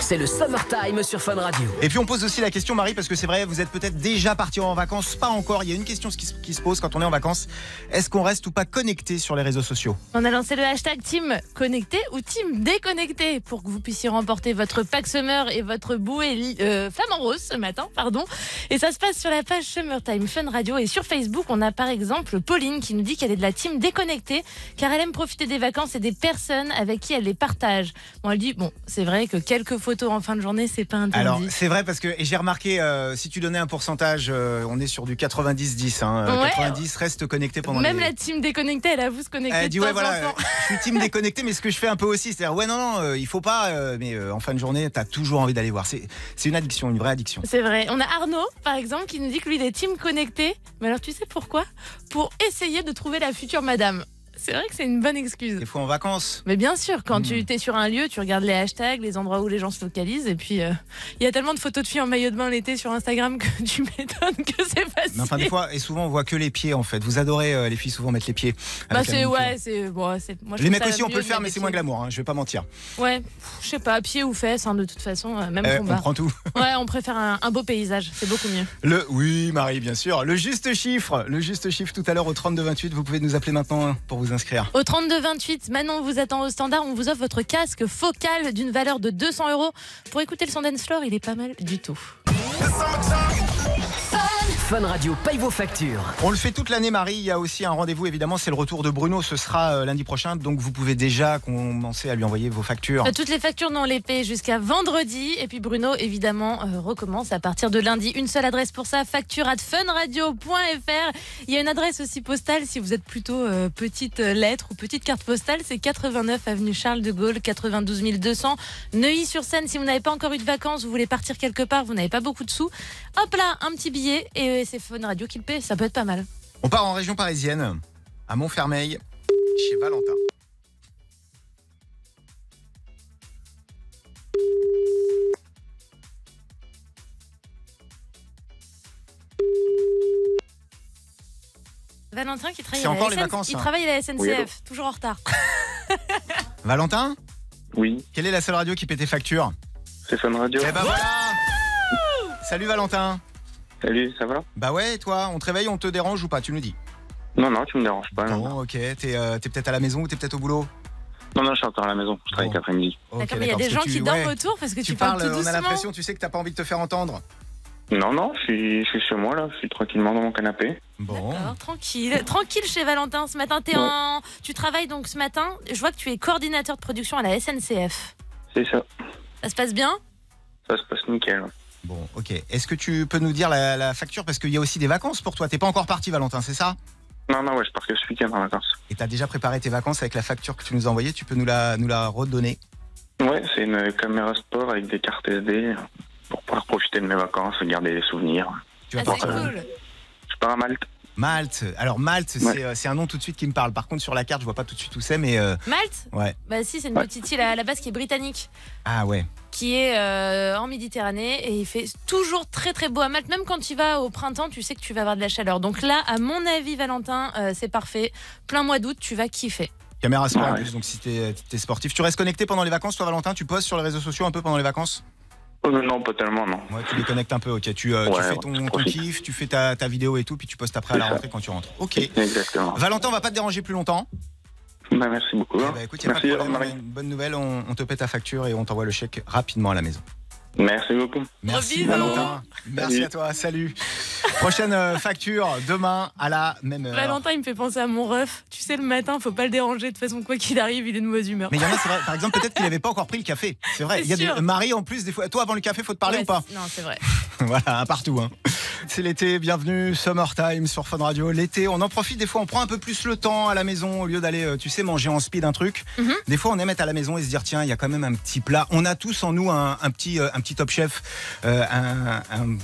C'est le summertime sur Fun Radio. Et puis on pose aussi la question, Marie, parce que c'est vrai, vous êtes peut-être déjà parti en vacances, pas encore. Il y a une question qui se- qui se pose quand on est en vacances. Est-ce qu'on reste ou pas connecté sur les réseaux sociaux On a lancé le hashtag Team Connecté ou Team Déconnecté pour que vous puissiez remporter votre pack Summer et votre bouée li- euh, flamant rose ce matin, pardon. Et ça se passe sur la page Summertime Fun Radio et sur Facebook. On a par exemple Pauline qui nous dit qu'elle est de la Team Déconnectée car elle aime profiter des vacances et des personnes avec qui elle les partage. Bon, elle dit bon, c'est vrai que quelques photos en fin de journée, c'est pas interdit. Alors, c'est vrai parce que, et j'ai remarqué, euh, si tu donnais un pourcentage, euh, on est sur du 90-10. hein. Euh, Ouais. 90 reste connecté pendant Même les- la Team Déconnectée, elle avoue se connecter. Elle de dit temps ouais en voilà, euh, temps. je suis team déconnecté, mais ce que je fais un peu aussi, c'est-à-dire ouais non non, euh, il faut pas, euh, mais euh, en fin de journée, t'as toujours envie d'aller voir. C'est c'est une addiction, une vraie addiction. C'est vrai. On a Arnaud, par exemple, qui nous dit que lui, il est team connecté. Mais alors, tu sais pourquoi Pour essayer de trouver la future madame. C'est vrai que c'est une bonne excuse. Des fois en vacances. Mais bien sûr, quand Mm. tu es sur un lieu, tu regardes les hashtags, les endroits où les gens se focalisent. Et puis, euh, il y a tellement de photos de filles en maillot de bain l'été sur Instagram que tu [laughs] m'étonnes que c'est facile. Mais enfin des fois et souvent on voit que les pieds en fait. Vous adorez euh, les filles souvent mettre les pieds. Bah, avec la c'est, manucure. ouais, c'est, bon, c'est- moi, je trouve les mecs ça aussi on peut mieux le de faire, mettre mais les c'est moins glamour. hein, je vais pas mentir. pieds. Ouais, pff, je sais pas, pieds ou fesses, hein, de toute façon, euh, même Euh, on combat. prend tout. Ouais, on préfère un- un beau paysage, c'est beaucoup mieux. Le oui, Marie, bien sûr. Le juste chiffre, le juste chiffre tout à l'heure au 32-28. Vous pouvez nous appeler maintenant hein, pour vous inscrire. Au 32-28, Manon vous attend au standard. On vous offre votre casque focal d'une valeur de 200 euros. Pour écouter le son dance floor, il est pas mal du tout. Fun Radio paye vos factures. On le fait toute l'année, Marie. Il y a aussi un rendez-vous, évidemment, c'est le retour de Bruno. Ce sera euh, lundi prochain, donc vous pouvez déjà commencer à lui envoyer vos factures. Euh, Toutes les factures, non, on les paye jusqu'à vendredi. Et puis Bruno, évidemment, euh, recommence à partir de lundi. Une seule adresse pour ça, facture at funradio.fr. Il y a une adresse aussi postale si vous êtes plutôt euh, petite euh, lettre ou petite carte postale. C'est 89 avenue Charles de Gaulle, 92 200 Neuilly-sur-Seine. Si vous n'avez pas encore eu de vacances, vous voulez partir quelque part, vous n'avez pas beaucoup de sous, hop là, un petit billet. Et euh, c'est Fun Radio qui le paye, ça peut être pas mal. On part en région parisienne, à Montfermeil, chez Valentin. Valentin qui travaille, C'est à la encore les SNCF, vacances, il hein. travaille à la SNCF, Oui, allô. toujours en retard. Valentin Oui. Quelle est la seule radio qui paie tes factures C'est Fun Radio. Eh ben voilà Salut Valentin Salut, ça va Bah ouais, et toi, on te réveille, on te dérange ou pas Tu nous dis. Non, non, tu me déranges pas. Ah non. Bon, ok. T'es euh, t'es peut-être à la maison ou t'es peut-être au boulot Non, non, je suis encore à la maison. Je travaille qu'après-midi. Ok, D'accord, mais il y a d'accord, des gens parce que qui tu- dorment ouais, autour parce que tu, Tu parles, parles tout on a doucement. l'impression, tu sais, que t'as pas envie de te faire entendre. Non, non, je suis, je suis chez moi, là. Je suis tranquillement dans mon canapé. Bon. Alors, tranquille, tranquille chez Valentin. Ce matin, t'es Ouais. en... tu travailles donc ce matin. Je vois que tu es coordinateur de production à la SNCF. C'est ça. Ça se passe bien Ça se passe nickel. Bon, ok. Est-ce que tu peux nous dire la, la facture Parce qu'il y a aussi des vacances pour toi. T'es pas encore parti, Valentin, c'est ça Non, non, ouais, je pars que ce week-end en vacances. Et t'as déjà préparé tes vacances avec la facture que tu nous as envoyée. Tu peux nous la, nous la redonner Ouais, c'est une caméra sport avec des cartes SD pour pouvoir profiter de mes vacances, garder les souvenirs. Tu Ah, vas pars, partir euh, où Je pars à Malte. Malte. Alors, Malte, c'est, euh, c'est un nom tout de suite qui me parle. Par contre, sur la carte, je vois pas tout de suite où c'est, mais. euh, Malte ouais. Bah si, c'est une Ouais. petite île à la base qui est britannique, Ah ouais. qui est euh, en Méditerranée et il fait toujours très très beau à Malte. Même quand tu vas au printemps, tu sais que tu vas avoir de la chaleur. Donc là, à mon avis, Valentin, euh, c'est parfait. Plein mois d'août, tu vas kiffer. Caméra sport Ah en ouais. plus, donc si t'es, t'es sportif. Tu restes connecté pendant les vacances, toi, Valentin Tu postes sur les réseaux sociaux un peu pendant les vacances Euh, non, pas tellement, non. Ouais, tu déconnectes un peu, ok. Tu, euh, tu Ouais, fais ouais, je ton, ton profite. kiff, tu fais ta, ta vidéo et tout, puis tu postes après à la rentrée quand tu rentres. Ok. Exactement. Valentin, on va pas te déranger plus longtemps. Bah, merci beaucoup. Eh ben, écoute, y a pas de merci, problème, Marie. on a une bonne nouvelle, on, on te paie ta facture et on t'envoie le chèque rapidement à la maison. Merci beaucoup. Merci Bisous. Valentin. Merci Salut. à toi, salut. Prochaine euh, facture demain à la même heure. Valentin, il me fait penser à mon ref. Tu sais, le matin, faut pas le déranger. De toute façon, quoi qu'il arrive, il est de mauvaise humeur. Mais il y en a, c'est vrai, par exemple, peut-être qu'il n'avait pas encore pris le café. C'est vrai. C'est Il y a des, sûr. Marie, en plus, des fois, toi, avant le café, faut te parler Ouais, ou pas c'est- Non, c'est vrai. [laughs] Voilà, un partout. hein. C'est l'été, bienvenue, Summertime sur Fun Radio. L'été, on en profite des fois, on prend un peu plus le temps à la maison au lieu d'aller, euh, tu sais, manger en speed un truc. Mhm. Des fois, on aime être à la maison et se dire, tiens, il y a quand même un petit plat. On a tous en nous un, un petit, euh, un petit top chef, euh, un, un-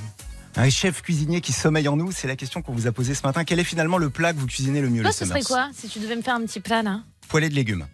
un chef cuisinier qui sommeille en nous. C'est la question qu'on vous a posée ce matin. Quel est finalement le plat que vous cuisinez le mieux Toi, le ce serait Summers quoi si tu devais me faire un petit plan là Poêlée de légumes.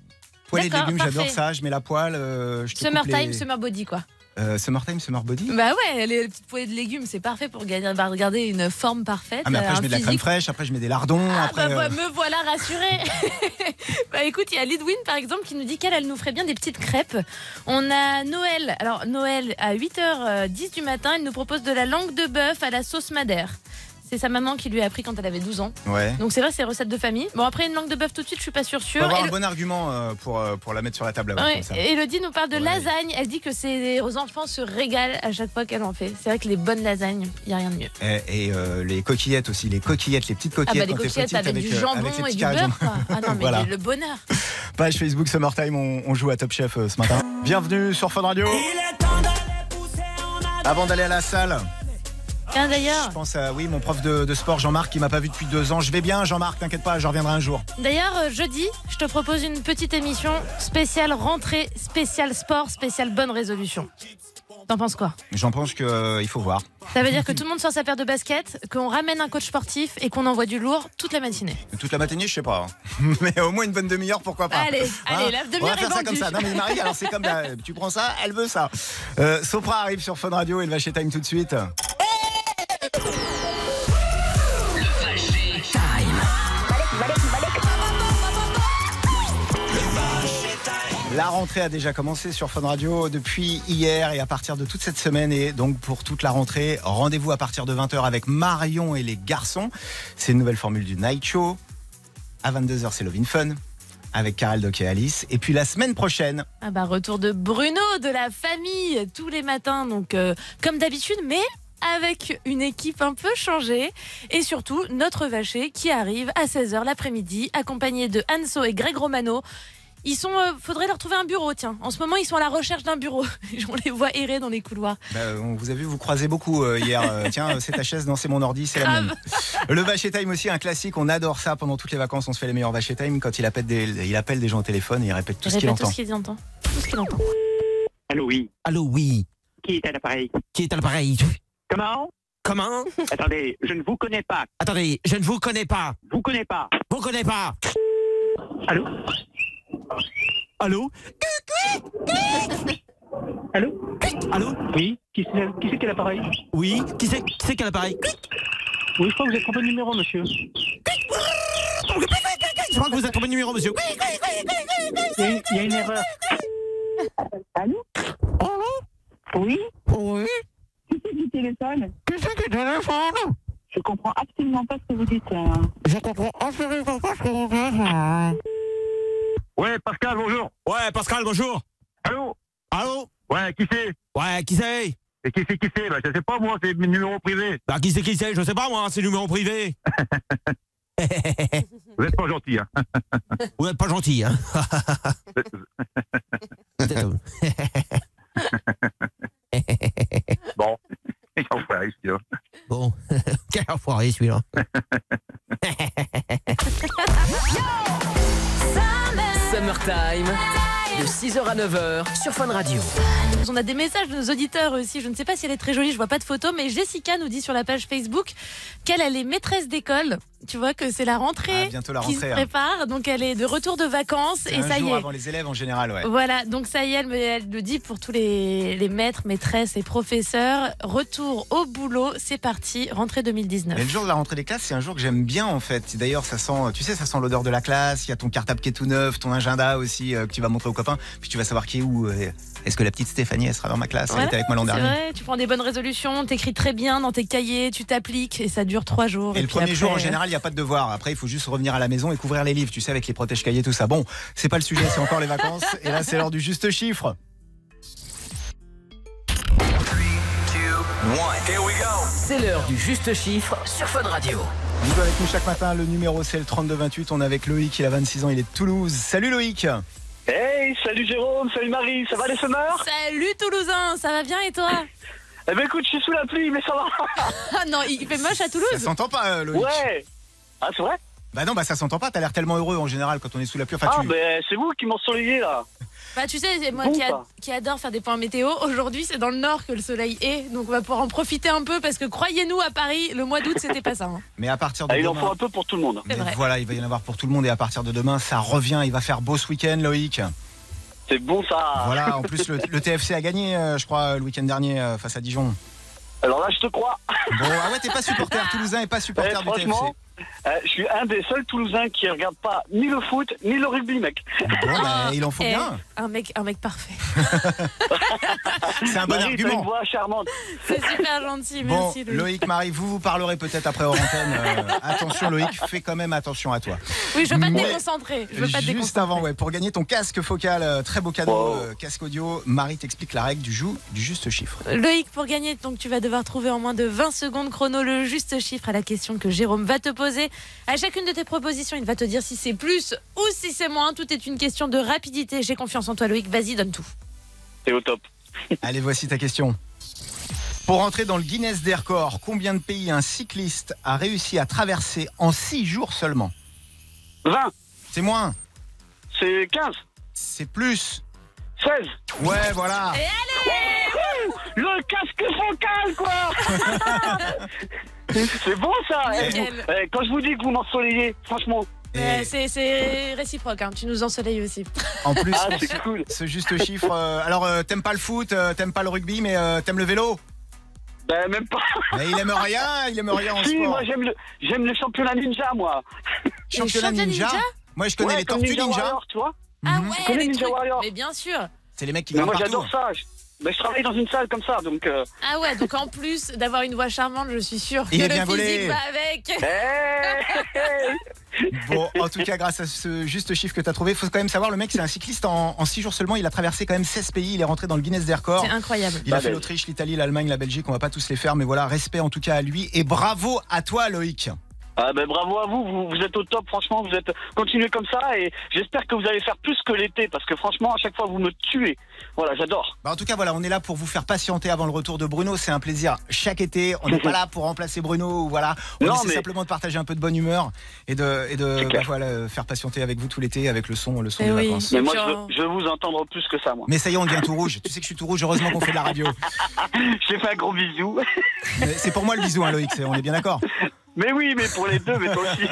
Poêlée de D'accord, légumes, j'adore parfait. ça. Je mets la poêle. euh, je te coupe Summertime, les- summer body, quoi. Euh, summertime, summer body. Bah ouais, les petites poêlées de légumes, c'est parfait pour gagner- bah, regarder une forme parfaite. Ah, mais après, euh, je mets de un la crème physique. fraîche, après, je mets des lardons. Ah après, bah, euh, me voilà rassurée. [laughs] bah écoute, il y a Lidwin par exemple qui nous dit qu'elle elle nous ferait bien des petites crêpes. On a Noël. Alors Noël à 8h10 du matin, elle nous propose de la langue de bœuf à la sauce madère. C'est sa maman qui lui a appris quand elle avait 12 ans. Ouais. Donc c'est vrai, c'est recette de famille. Bon après une langue de bœuf tout de suite, je suis pas sûre sûre. Faut avoir Et un le- bon argument euh, pour, euh, pour la mettre sur la table. avant, Ouais, comme ça. Elodie nous parle de lasagne. Elle dit que ses enfants se régalent à chaque fois qu'elle en fait. C'est vrai que les bonnes lasagnes, il n'y a rien de mieux. Et, et, euh, les coquillettes aussi, les coquillettes, les petites coquillettes. ah bah les quand t'es coquillettes petite, avec, du euh, jambon avec les et petits du carrés de beurre. jambon. quoi. Ah [laughs] non mais Voilà. le bonheur. Page Facebook Summertime, on, on joue à Top Chef euh, ce matin. Bienvenue sur Fun Radio. Avant d'aller à la salle, Tiens d'ailleurs, je pense à oui, mon prof de, de sport Jean-Marc qui m'a pas vu depuis deux ans. Je vais bien, Jean-Marc, t'inquiète pas, je reviendrai un jour. d'ailleurs euh, jeudi, je te propose une petite émission spéciale rentrée, spéciale sport, spéciale bonne résolution. T'en penses quoi J'en pense qu'il faut voir. Ça veut dire que tout le monde sort sa paire de baskets, qu'on ramène un coach sportif et qu'on envoie du lourd toute la matinée. Toute la matinée, je sais pas. hein. [laughs] Mais au moins une bonne demi-heure, pourquoi pas. Hein Allez, allez, la On demi-heure est va faire ça vendue. comme ça. Non, mais Marie, alors c'est [laughs] comme la- tu prends ça, elle veut ça. Euh, Sopra arrive sur Fun Radio et le Vaché Time tout de suite. La rentrée a déjà commencé sur Fun Radio depuis hier et à partir de toute cette semaine. Et donc, pour toute la rentrée, rendez-vous à partir de 20h avec Marion et les garçons. C'est une nouvelle formule du Night Show. À 22h, c'est Lovin Fun avec Karel Doc et Alice. Et puis la semaine prochaine, Ah bah retour de Bruno, de la famille, tous les matins, donc euh, comme d'habitude, mais avec une équipe un peu changée. Et surtout, notre vacher qui arrive à 16h l'après-midi, accompagné de Anso et Greg Romano. Ils sont, euh, faudrait leur trouver un bureau, tiens. En ce moment, ils sont à la recherche d'un bureau. [laughs] On les voit errer dans les couloirs. bah, on vous a vu vous croiser beaucoup euh, hier. Euh, Tiens, c'est ta chaise, non, c'est mon ordi, c'est la Grave. même. Le Vaché Time aussi, un classique. On adore ça pendant toutes les vacances. On se fait les meilleurs Vaché Time quand il appelle des, il appelle des gens au téléphone et il répète tout ce qu'il Répète tout entend. ce qu'ils entendent. Tout ce qu'il entend. Allô, oui. Allô, oui. Qui est à l'appareil Qui est à l'appareil Comment Comment Attendez, je ne vous connais pas. Attendez, je ne vous connais pas. Vous connais pas. Vous connais pas. Allô Allô Allô Allô Oui Qui c'est qui c'est qui a l'appareil Oui Qui c'est qui c'est qui a l'appareil Oui, je crois que vous êtes trompé de numéro, monsieur. Je crois que vous êtes trompé de numéro, monsieur. Il y a une- il y a une erreur. Allô Oui Oui Qui c'est qui téléphone Qui c'est qui téléphone Je comprends absolument pas ce que vous dites. Je comprends absolument pas ce que vous dites. Ouais, Pascal, bonjour. Ouais, Pascal, bonjour. Allô Allô Ouais, qui c'est Ouais, qui c'est Et qui c'est, qui c'est Bah, je sais pas, moi, c'est mes numéros privés. Bah, qui c'est, qui c'est Je sais pas, moi, c'est numéro privé. Vous êtes pas gentil, hein. [laughs] Vous n'êtes pas gentil, [laughs] hein bon, il s'en fout, il se dit, hein. Bon, [laughs] quel enfoiré celui-là. Summertime, de 6h à 9h sur Fun Radio. On a des messages de nos auditeurs aussi. Je ne sais pas si elle est très jolie, je vois pas de photo, mais Jessica nous dit sur la page Facebook qu'elle elle est maîtresse d'école. Tu vois que c'est la rentrée, Ah, bientôt la qui se rentrée, hein. prépare, donc elle est de retour de vacances C'est et un ça y jour est. avant les élèves en général, ouais. Voilà, donc ça y est, elle, me- elle le dit pour tous les, les maîtres, maîtresses et professeurs. Retour au boulot, c'est parti, rentrée 2019. Mais le jour de la rentrée des classes, c'est un jour que j'aime bien en fait. D'ailleurs, ça sent, tu sais, ça sent l'odeur de la classe. Il y a ton cartable qui est tout neuf, ton agenda aussi euh, que tu vas montrer aux copains. Puis tu vas savoir qui est où. euh, Est-ce que la petite Stéphanie, elle sera dans ma classe Elle Voilà, était avec moi l'an c'est dernier. vrai, tu prends des bonnes résolutions, t'écris très bien dans tes cahiers, tu t'appliques et ça dure trois jours. Et le puis premier après, jour, en euh, général, il n'y a pas de devoir. Après, il faut juste revenir à la maison et couvrir les livres, tu sais, avec les protèges cahiers, tout ça. Bon, c'est pas le sujet, c'est encore les vacances. Et là, c'est l'heure du juste chiffre. C'est l'heure du juste chiffre sur Fun Radio. Vous jouez avec nous chaque matin. Le numéro, c'est le 3228. On est avec Loïc, il a 26 ans, il est de Toulouse. Salut Loïc Hey, salut Jérôme, salut Marie, ça va les semeurs Salut Toulousain, ça va bien et toi [laughs] Eh ben écoute, je suis sous la pluie, mais ça va. Ah non, il fait moche à Toulouse. Ça s'entend pas, euh, Loïc Ouais Ah, c'est vrai Bah non, bah ça s'entend pas. T'as l'air tellement heureux en général quand on est sous la pluie. Enfin, ah, tu- ben c'est vous qui m'ensoleillez là. Bah tu sais, c'est moi Bon, qui, ad- quoi. qui adore faire des points météo, aujourd'hui c'est dans le nord que le soleil est, donc on va pouvoir en profiter un peu parce que croyez-nous à Paris, le mois d'août c'était pas ça. hein. Mais à partir de Ah, il en demain- faut un peu pour tout le monde. Mais voilà, il va y en avoir pour tout le monde et à partir de demain, ça revient. Il va faire beau ce week-end, Loïc. C'est bon ça. Voilà, en plus, le, le TFC a gagné, euh, je crois, le week-end dernier euh, face à Dijon. Alors là, je te crois. Bon, ah ouais, t'es pas supporter toulousain et pas supporter Eh, du TFC. franchement, euh, je suis un des seuls Toulousains qui regarde pas ni le foot ni le rugby, mec. Bon, bah, il en faut Eh, bien. Un mec, un mec parfait. C'est un bon Marie, t'as argument. une voix charmante. [laughs] C'est super gentil, Bon, merci Louis. Loïc, Marie, vous vous parlerez peut-être après hors antenne. Euh, attention, Loïc, fais quand même attention à toi. Oui, je veux pas te Mais- déconcentrer, je veux pas te Juste déconcentrer. avant, ouais, pour gagner ton casque focal, euh, très beau cadeau, euh, casque audio, Marie t'explique la règle du jou, du juste chiffre. Loïc, pour gagner, donc tu vas devoir trouver en moins de 20 secondes chrono le juste chiffre à la question que Jérôme va te poser. À chacune de tes propositions, il va te dire si c'est plus ou si c'est moins. Tout est une question de rapidité. J'ai confiance en toi, Loïc. Vas-y, donne tout. T'es au top. Allez, voici ta question. Pour entrer dans le Guinness des records, combien de pays un cycliste a réussi à traverser en 6 jours seulement 20. C'est moins. C'est 15. C'est plus. 16. Ouais, voilà. Wouhou Le casque focal, [laughs] quoi C'est bon, ça eh, Nickel. vous- eh, Quand je vous dis que vous m'ensoleillez, franchement... Euh, c'est- C'est réciproque, hein. tu nous ensoleilles aussi. En plus, Ah, c'est cool. ce juste chiffre. euh, alors, euh, t'aimes pas le foot, euh, t'aimes pas le rugby, mais euh, t'aimes le vélo Ben, même pas Mais il aime rien, il aime rien en Si, sport. moi, j'aime le, j'aime le championnat ninja, moi Championnat championnat ninja, ninja Moi, je connais Ouais, les comme tortues Ninja ninja. Warrior, tu vois Ah Je ouais, connais les Ninja trucs. Warrior. Mais bien sûr. C'est les mecs qui Mais grimpent moi, partout. hein. j'adore ça je, ben, je travaille dans une salle comme ça, donc... euh, Ah ouais, donc en plus d'avoir une voix charmante, je suis sûre Il que est le bien physique volé. va avec. Bon, en tout cas, grâce à ce juste chiffre que tu as trouvé, faut quand même savoir, le mec, c'est un cycliste en, 6 jours seulement. Il a traversé quand même 16 pays. Il est rentré dans le Guinness des records. C'est incroyable. Il a fait l'Autriche, l'Italie, l'Allemagne, la Belgique. On va pas tous les faire, mais voilà, respect en tout cas à lui. Et bravo à toi, Loïc. Ah ben bravo à vous, vous, vous êtes au top, franchement, vous êtes continuez comme ça et j'espère que vous allez faire plus que l'été parce que franchement à chaque fois vous me tuez. Voilà, j'adore. Bah, en tout cas, voilà, on est là pour vous faire patienter avant le retour de Bruno. C'est un plaisir chaque été. On n'est pas là pour remplacer Bruno. ou Voilà. On Non, essaie mais- simplement de partager un peu de bonne humeur et de, et de C'est bah, clair. voilà, faire patienter avec vous tout l'été avec le son, le son Eh des oui. vacances. Mais moi je veux, je veux vous entendre plus que ça moi. [laughs] Mais ça y est, on devient tout rouge. Tu sais que je suis tout rouge. Heureusement qu'on fait de la radio. J'ai fait un gros bisou. [laughs] Mais C'est pour moi le bisou, hein, Loïc. c'est- On est bien d'accord. Mais oui, mais pour les deux, mais toi aussi.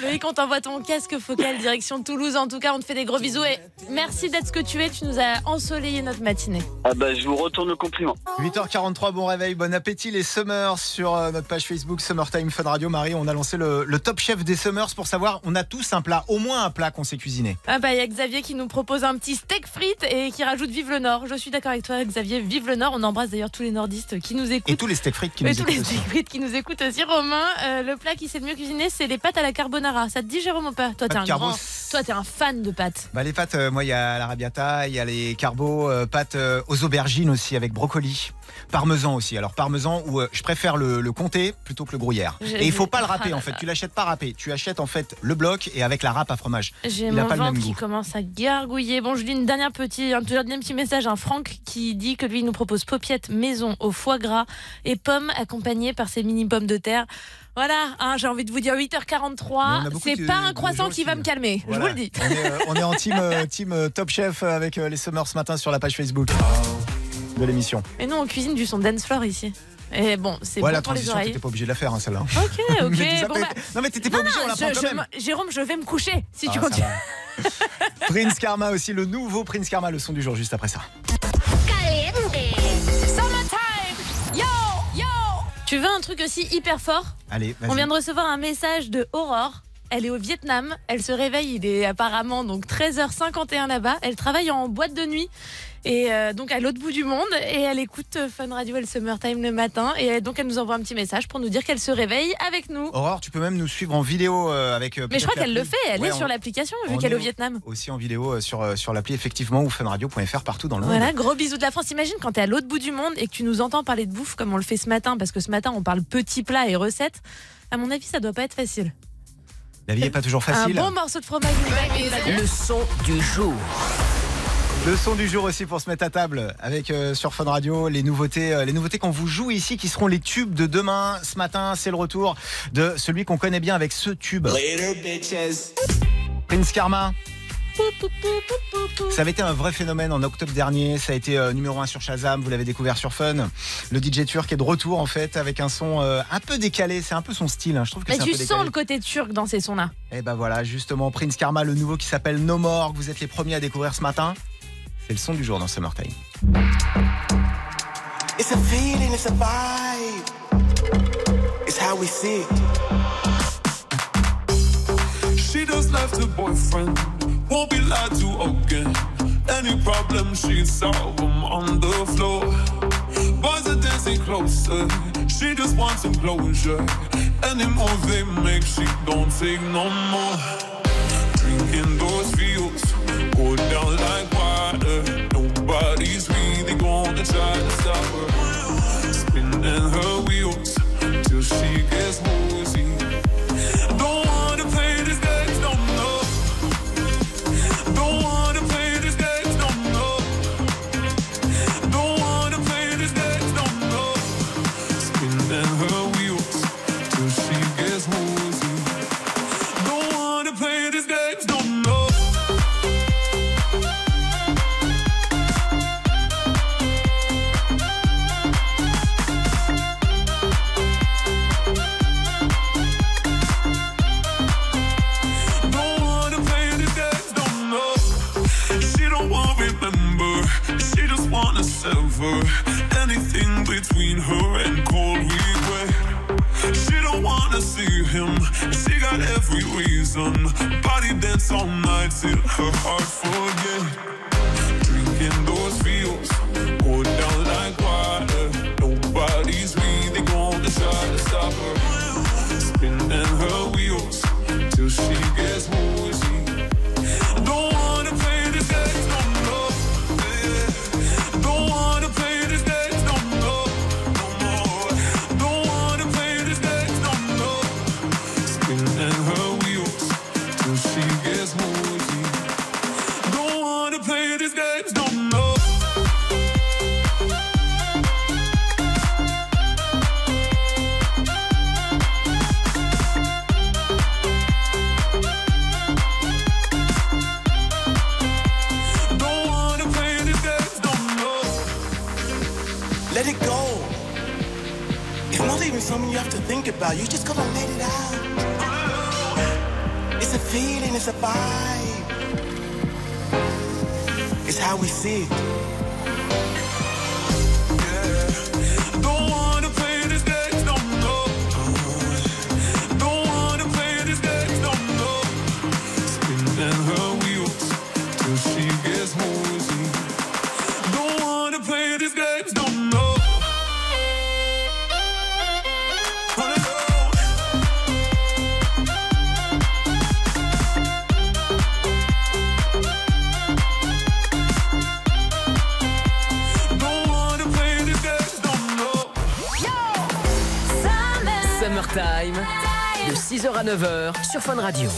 Loïc, on t'envoie ton casque focal direction Toulouse. En tout cas, on te fait des gros bisous et merci d'être ce que tu es. Tu nous as ensoleillé notre matinée. Ah bah, je vous retourne le compliment. 8h43, bon réveil, bon appétit les Summers sur euh, notre page Facebook Summertime Fun Radio. Marie, on a lancé le, le top chef des Summers pour savoir, on a tous un plat, au moins un plat qu'on sait cuisiner. Ah bah, il y a Xavier qui nous propose un petit steak frites et qui rajoute Vive le Nord. Je suis d'accord avec toi, Xavier. Vive le Nord. On embrasse d'ailleurs tous les nordistes qui nous écoutent. Et tous les steak frites qui Et nous tous les écoutent aussi. steak frites qui nous écoutent aussi, Romain. Euh, le plat qui sait le mieux cuisiner, c'est les pâtes à la carbonara. Ça te dit, Jérôme, ou pas Toi, Pâtes t'es un carbo, grand. Toi, t'es un fan de pâtes. Bah, les pâtes, euh, moi, il y a l'arabiata, il y a les carbos, euh, pâtes euh, aux aubergines aussi, avec brocoli. Parmesan aussi. Alors, parmesan, où euh, je préfère le, le comté plutôt que le gruyère. J'ai [laughs] Et il faut vu. pas le râper, Ah en là fait. là. Tu l'achètes pas râpé. Tu achètes, en fait, le bloc et avec la râpe à fromage. J'ai il a mon pas le même ventre goût. qui commence à gargouiller. Bon, je lis une dernière petite, un, toujours un dernier petit message. Un Franck qui dit que lui, il nous propose paupiette maison au foie gras et pommes accompagnées par ses mini pommes de terre. Voilà, hein, j'ai envie de vous dire Mais on a 8h43. beaucoup C'est de- pas de un gens croissant qui va me calmer. Voilà. Je vous le dis. On est, euh, on est en team, euh, team euh, Top Chef euh, avec euh, les Summers ce matin sur la page Facebook de l'émission. Mais nous, on cuisine du son dance floor ici. Et bon, c'est Ouais, bon la pour les transition, oreilles. t'étais pas obligé de la faire, [laughs] hein, celle-là. [laughs] Ok, ok. Je dis ça, bon, t'es- bah- Non, mais t'étais pas Non, obligé, non, on la je- prend quand je même. me- Jérôme, je vais me coucher si Ah, tu ça continues. [laughs] [laughs] Prince Karma aussi, le nouveau Prince Karma, le son du jour juste après ça. Summertime. Yo, yo. Tu veux un truc aussi hyper fort Allez, vas-y. On vient de recevoir un message de Aurore. Elle est au Vietnam. Elle se réveille. Il est apparemment donc 13h51 là-bas. Elle travaille en boîte de nuit. Et euh, donc à l'autre bout du monde, et elle écoute euh, Fun Radio et le Summertime le matin, et elle- donc elle nous envoie un petit message pour nous dire qu'elle se réveille avec nous. Aurore, tu peux même nous suivre en vidéo euh, avec. euh, Mais je crois peut-être qu'elle le l'appli. fait, elle Ouais, est on- sur l'application vu on qu'elle est au est au- Vietnam. Aussi en vidéo euh, sur, euh, sur l'appli, effectivement, ou funradio.fr partout dans le Voilà, monde. gros bisous de la France. Imagine quand t'es à l'autre bout du monde et que tu nous entends parler de bouffe comme on le fait ce matin, parce que ce matin on parle petits plats et recettes. À mon avis, ça doit pas être facile. La vie n'est pas toujours facile. Un bon morceau de fromage. une baguette, une baguette. Le son du jour. Le son du jour aussi pour se mettre à table avec euh, sur Fun Radio les nouveautés euh, les nouveautés qu'on vous joue ici qui seront les tubes de demain ce matin c'est le retour de celui qu'on connaît bien avec ce tube Prince Karma ça avait été un vrai phénomène en octobre dernier. Ça a été euh, numéro 1 sur Shazam. Vous l'avez découvert sur Fun. Le DJ turc est de retour en fait avec un son euh, un peu décalé. C'est un peu son style. hein. Je trouve que Mais c'est un Bah, tu peu sens décalé. le côté turc dans ces sons-là. Et ben voilà, justement, Prince Karma, le nouveau qui s'appelle No More, que vous êtes les premiers à découvrir ce matin. C'est le son du jour dans Summertime. It's a feeling, it's a vibe. It's how we see it. She just left her boyfriend. Won't be lied to again. Any problem she solve 'em on the floor. Boys are dancing closer. She just wants some closure. Any move they make, she don't take no more. Drinking those fields, go down like water. Nobody's really gonna try to stop her. Spinning her wheels till she gets woozy. Don't wanna play this game no more. Don't wanna play this game no more. Don't wanna play this game no more. Spinning her wheels till she gets woozy. Don't wanna play this game no more. Don't wanna play this game no more. She don't wanna remember. She just wanna sever anything between her and cold regret. She don't wanna see him. She got every reason. Body dance all night till her heart forget. Drinking those fields, go down like water. Nobody's really gonna try to stop her. Spinning her wheels till she gets woozy. Don't wanna play this game no more. yeah. Don't wanna play this game no more, no more. Don't wanna play this game no more. Spinning her wheels till she gets woozy. Don't wanna play this game no more. Don't wanna play this game no more. Let it go. It's not even something you have to think about. You just gotta let it out. It's a feeling, it's a vibe. It's how we see it. Don't wanna play this dance no more. Don't wanna play this dance no more. Spinning her wheels till she gets woozy. Don't wanna play this dance no more. Don't wanna play this dance no more. Summertime de 6h à 9h sur Fun Radio.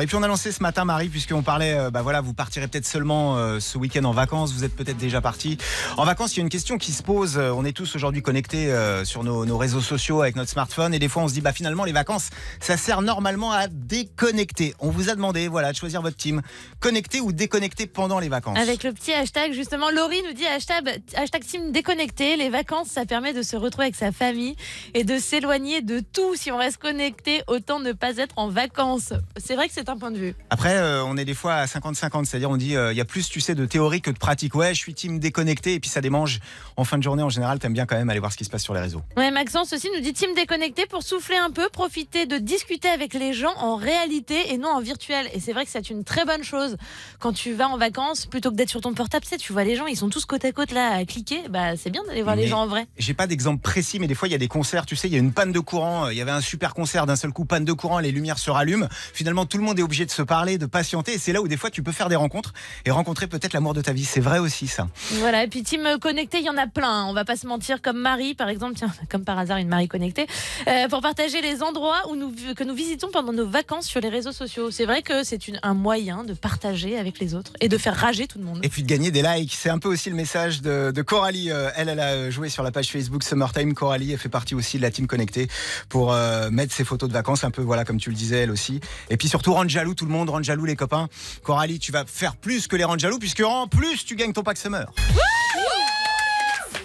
Et puis on a lancé ce matin Marie puisqu'on parlait, euh, bah voilà, vous partirez peut-être seulement euh, ce week-end en vacances, vous êtes peut-être déjà parti. En vacances, il y a une question qui se pose, euh, on est tous aujourd'hui connectés euh, sur nos, nos réseaux sociaux avec notre smartphone et des fois on se dit bah finalement les vacances, ça sert normalement à déconnecter. On vous a demandé voilà de choisir votre team, connecter ou déconnecter pendant les vacances. Avec le petit hashtag, justement, Laurie nous dit hashtag, hashtag team déconnecté. Les vacances, ça permet de se retrouver avec sa famille et de s'éloigner de tout. Si on reste connecté, autant ne pas être en vacances. C'est vrai que c'est un point de vue. Après, euh, on est des fois à 50-50, c'est-à-dire on dit euh, il y a plus, tu sais, de théorie que de pratique. Ouais, je suis team déconnecté et puis ça démange. En fin de journée, en général, t'aimes bien quand même aller voir ce qui se passe sur les réseaux. Ouais, Maxence aussi nous dit team déconnecté pour souffler un peu, profiter de discuter avec les gens en réalité et non en virtuel. Et c'est vrai que c'est une très bonne chose quand tu vas en vacances, plutôt que d'être sur ton portable, tu sais, tu vois les gens, ils sont tous côte à côte là à cliquer. Bah, c'est bien d'aller voir les Mais gens en vrai. J'ai pas d'exemple précis, mais des fois il y a des concerts, tu sais, il y a une panne de courant, euh, il y avait un super concert, d'un seul coup panne de courant, les lumières se rallument. Finalement, tout le monde est obligé de se parler, de patienter, et c'est là où des fois tu peux faire des rencontres et rencontrer peut-être l'amour de ta vie. C'est vrai aussi ça. Voilà, et puis team connecté, il y en a plein, hein. on va pas se mentir, comme Marie par exemple, tiens, [laughs] comme par hasard une Marie connectée, euh, pour partager les endroits où nous, que nous visitons pendant nos vacances sur les réseaux sociaux. C'est vrai que c'est une- un moyen de partager avec les autres et de faire rager tout le monde. Et puis de gagner des likes, c'est un peu aussi le message de, de Coralie. Euh, elle, elle a euh, joué sur la page Facebook Summertime. Coralie, elle fait partie aussi de la team connectée pour euh, mettre ses photos de vacances, un peu voilà comme tu le disais elle aussi. Et puis surtout rendre jaloux tout le monde, rendre jaloux les copains. Coralie, tu vas faire plus que les rendre jaloux puisque en plus tu gagnes ton pack Summer.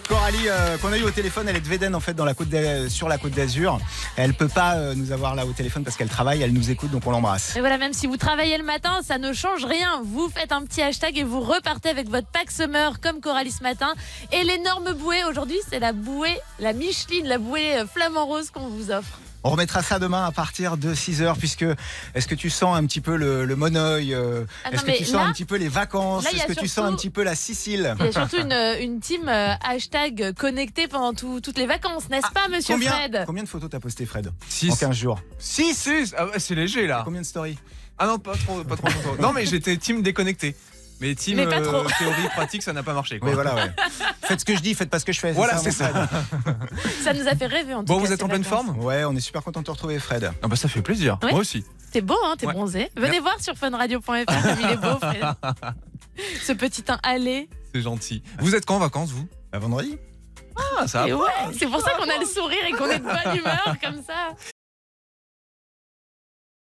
Coralie, euh, qu'on a eu au téléphone, elle est de Véden en fait, dans la côte d'A- sur la côte d'Azur. Elle peut pas euh, nous avoir là au téléphone parce qu'elle travaille, elle nous écoute, donc on l'embrasse. Et voilà, même si vous travaillez le matin, ça ne change rien. Vous faites un petit hashtag et vous repartez avec votre pack summer comme Coralie ce matin. Et l'énorme bouée, aujourd'hui, c'est la bouée, la Micheline, la bouée euh, flamant rose qu'on vous offre. On remettra ça demain à partir de 6h, puisque est-ce que tu sens un petit peu le, le monoeil euh, Ah non, Est-ce que mais tu sens là- un petit peu les vacances là, il y Est-ce a que tu sens un surtout- petit peu la Sicile Il y a surtout une, euh, une team euh, hashtag connectée pendant tout- toutes les vacances, n'est-ce Ah, pas, monsieur combien, Fred Combien de photos t'as posté, Fred En 15 jours. 6 6 Ah ouais, c'est léger là. Combien de stories Ah non, pas trop, pas trop, pas trop. Non, mais j'étais team déconnecté. Mais team Mais pas euh, trop. théorie pratique, ça n'a pas marché quoi. Mais voilà, ouais. Faites ce que je dis, faites pas ce que je fais. Voilà, mon c'est ça. Fred Ça nous a fait rêver en tout cas. ces vacances. Ouais, on est super content de te retrouver, Fred. Ah bah ça fait plaisir. Ouais. Moi aussi. T'es beau, hein, t'es Ouais. bronzé. Venez Merci. voir sur funradio.fr comme il est beau, [laughs] Fred. Ce petit teint allé. c'est gentil. Vous êtes quand en vacances vous Vendredi. Ah, ça Et va. [laughs] ouais, c'est pour ça qu'on a le sourire et qu'on est de bonne humeur comme ça.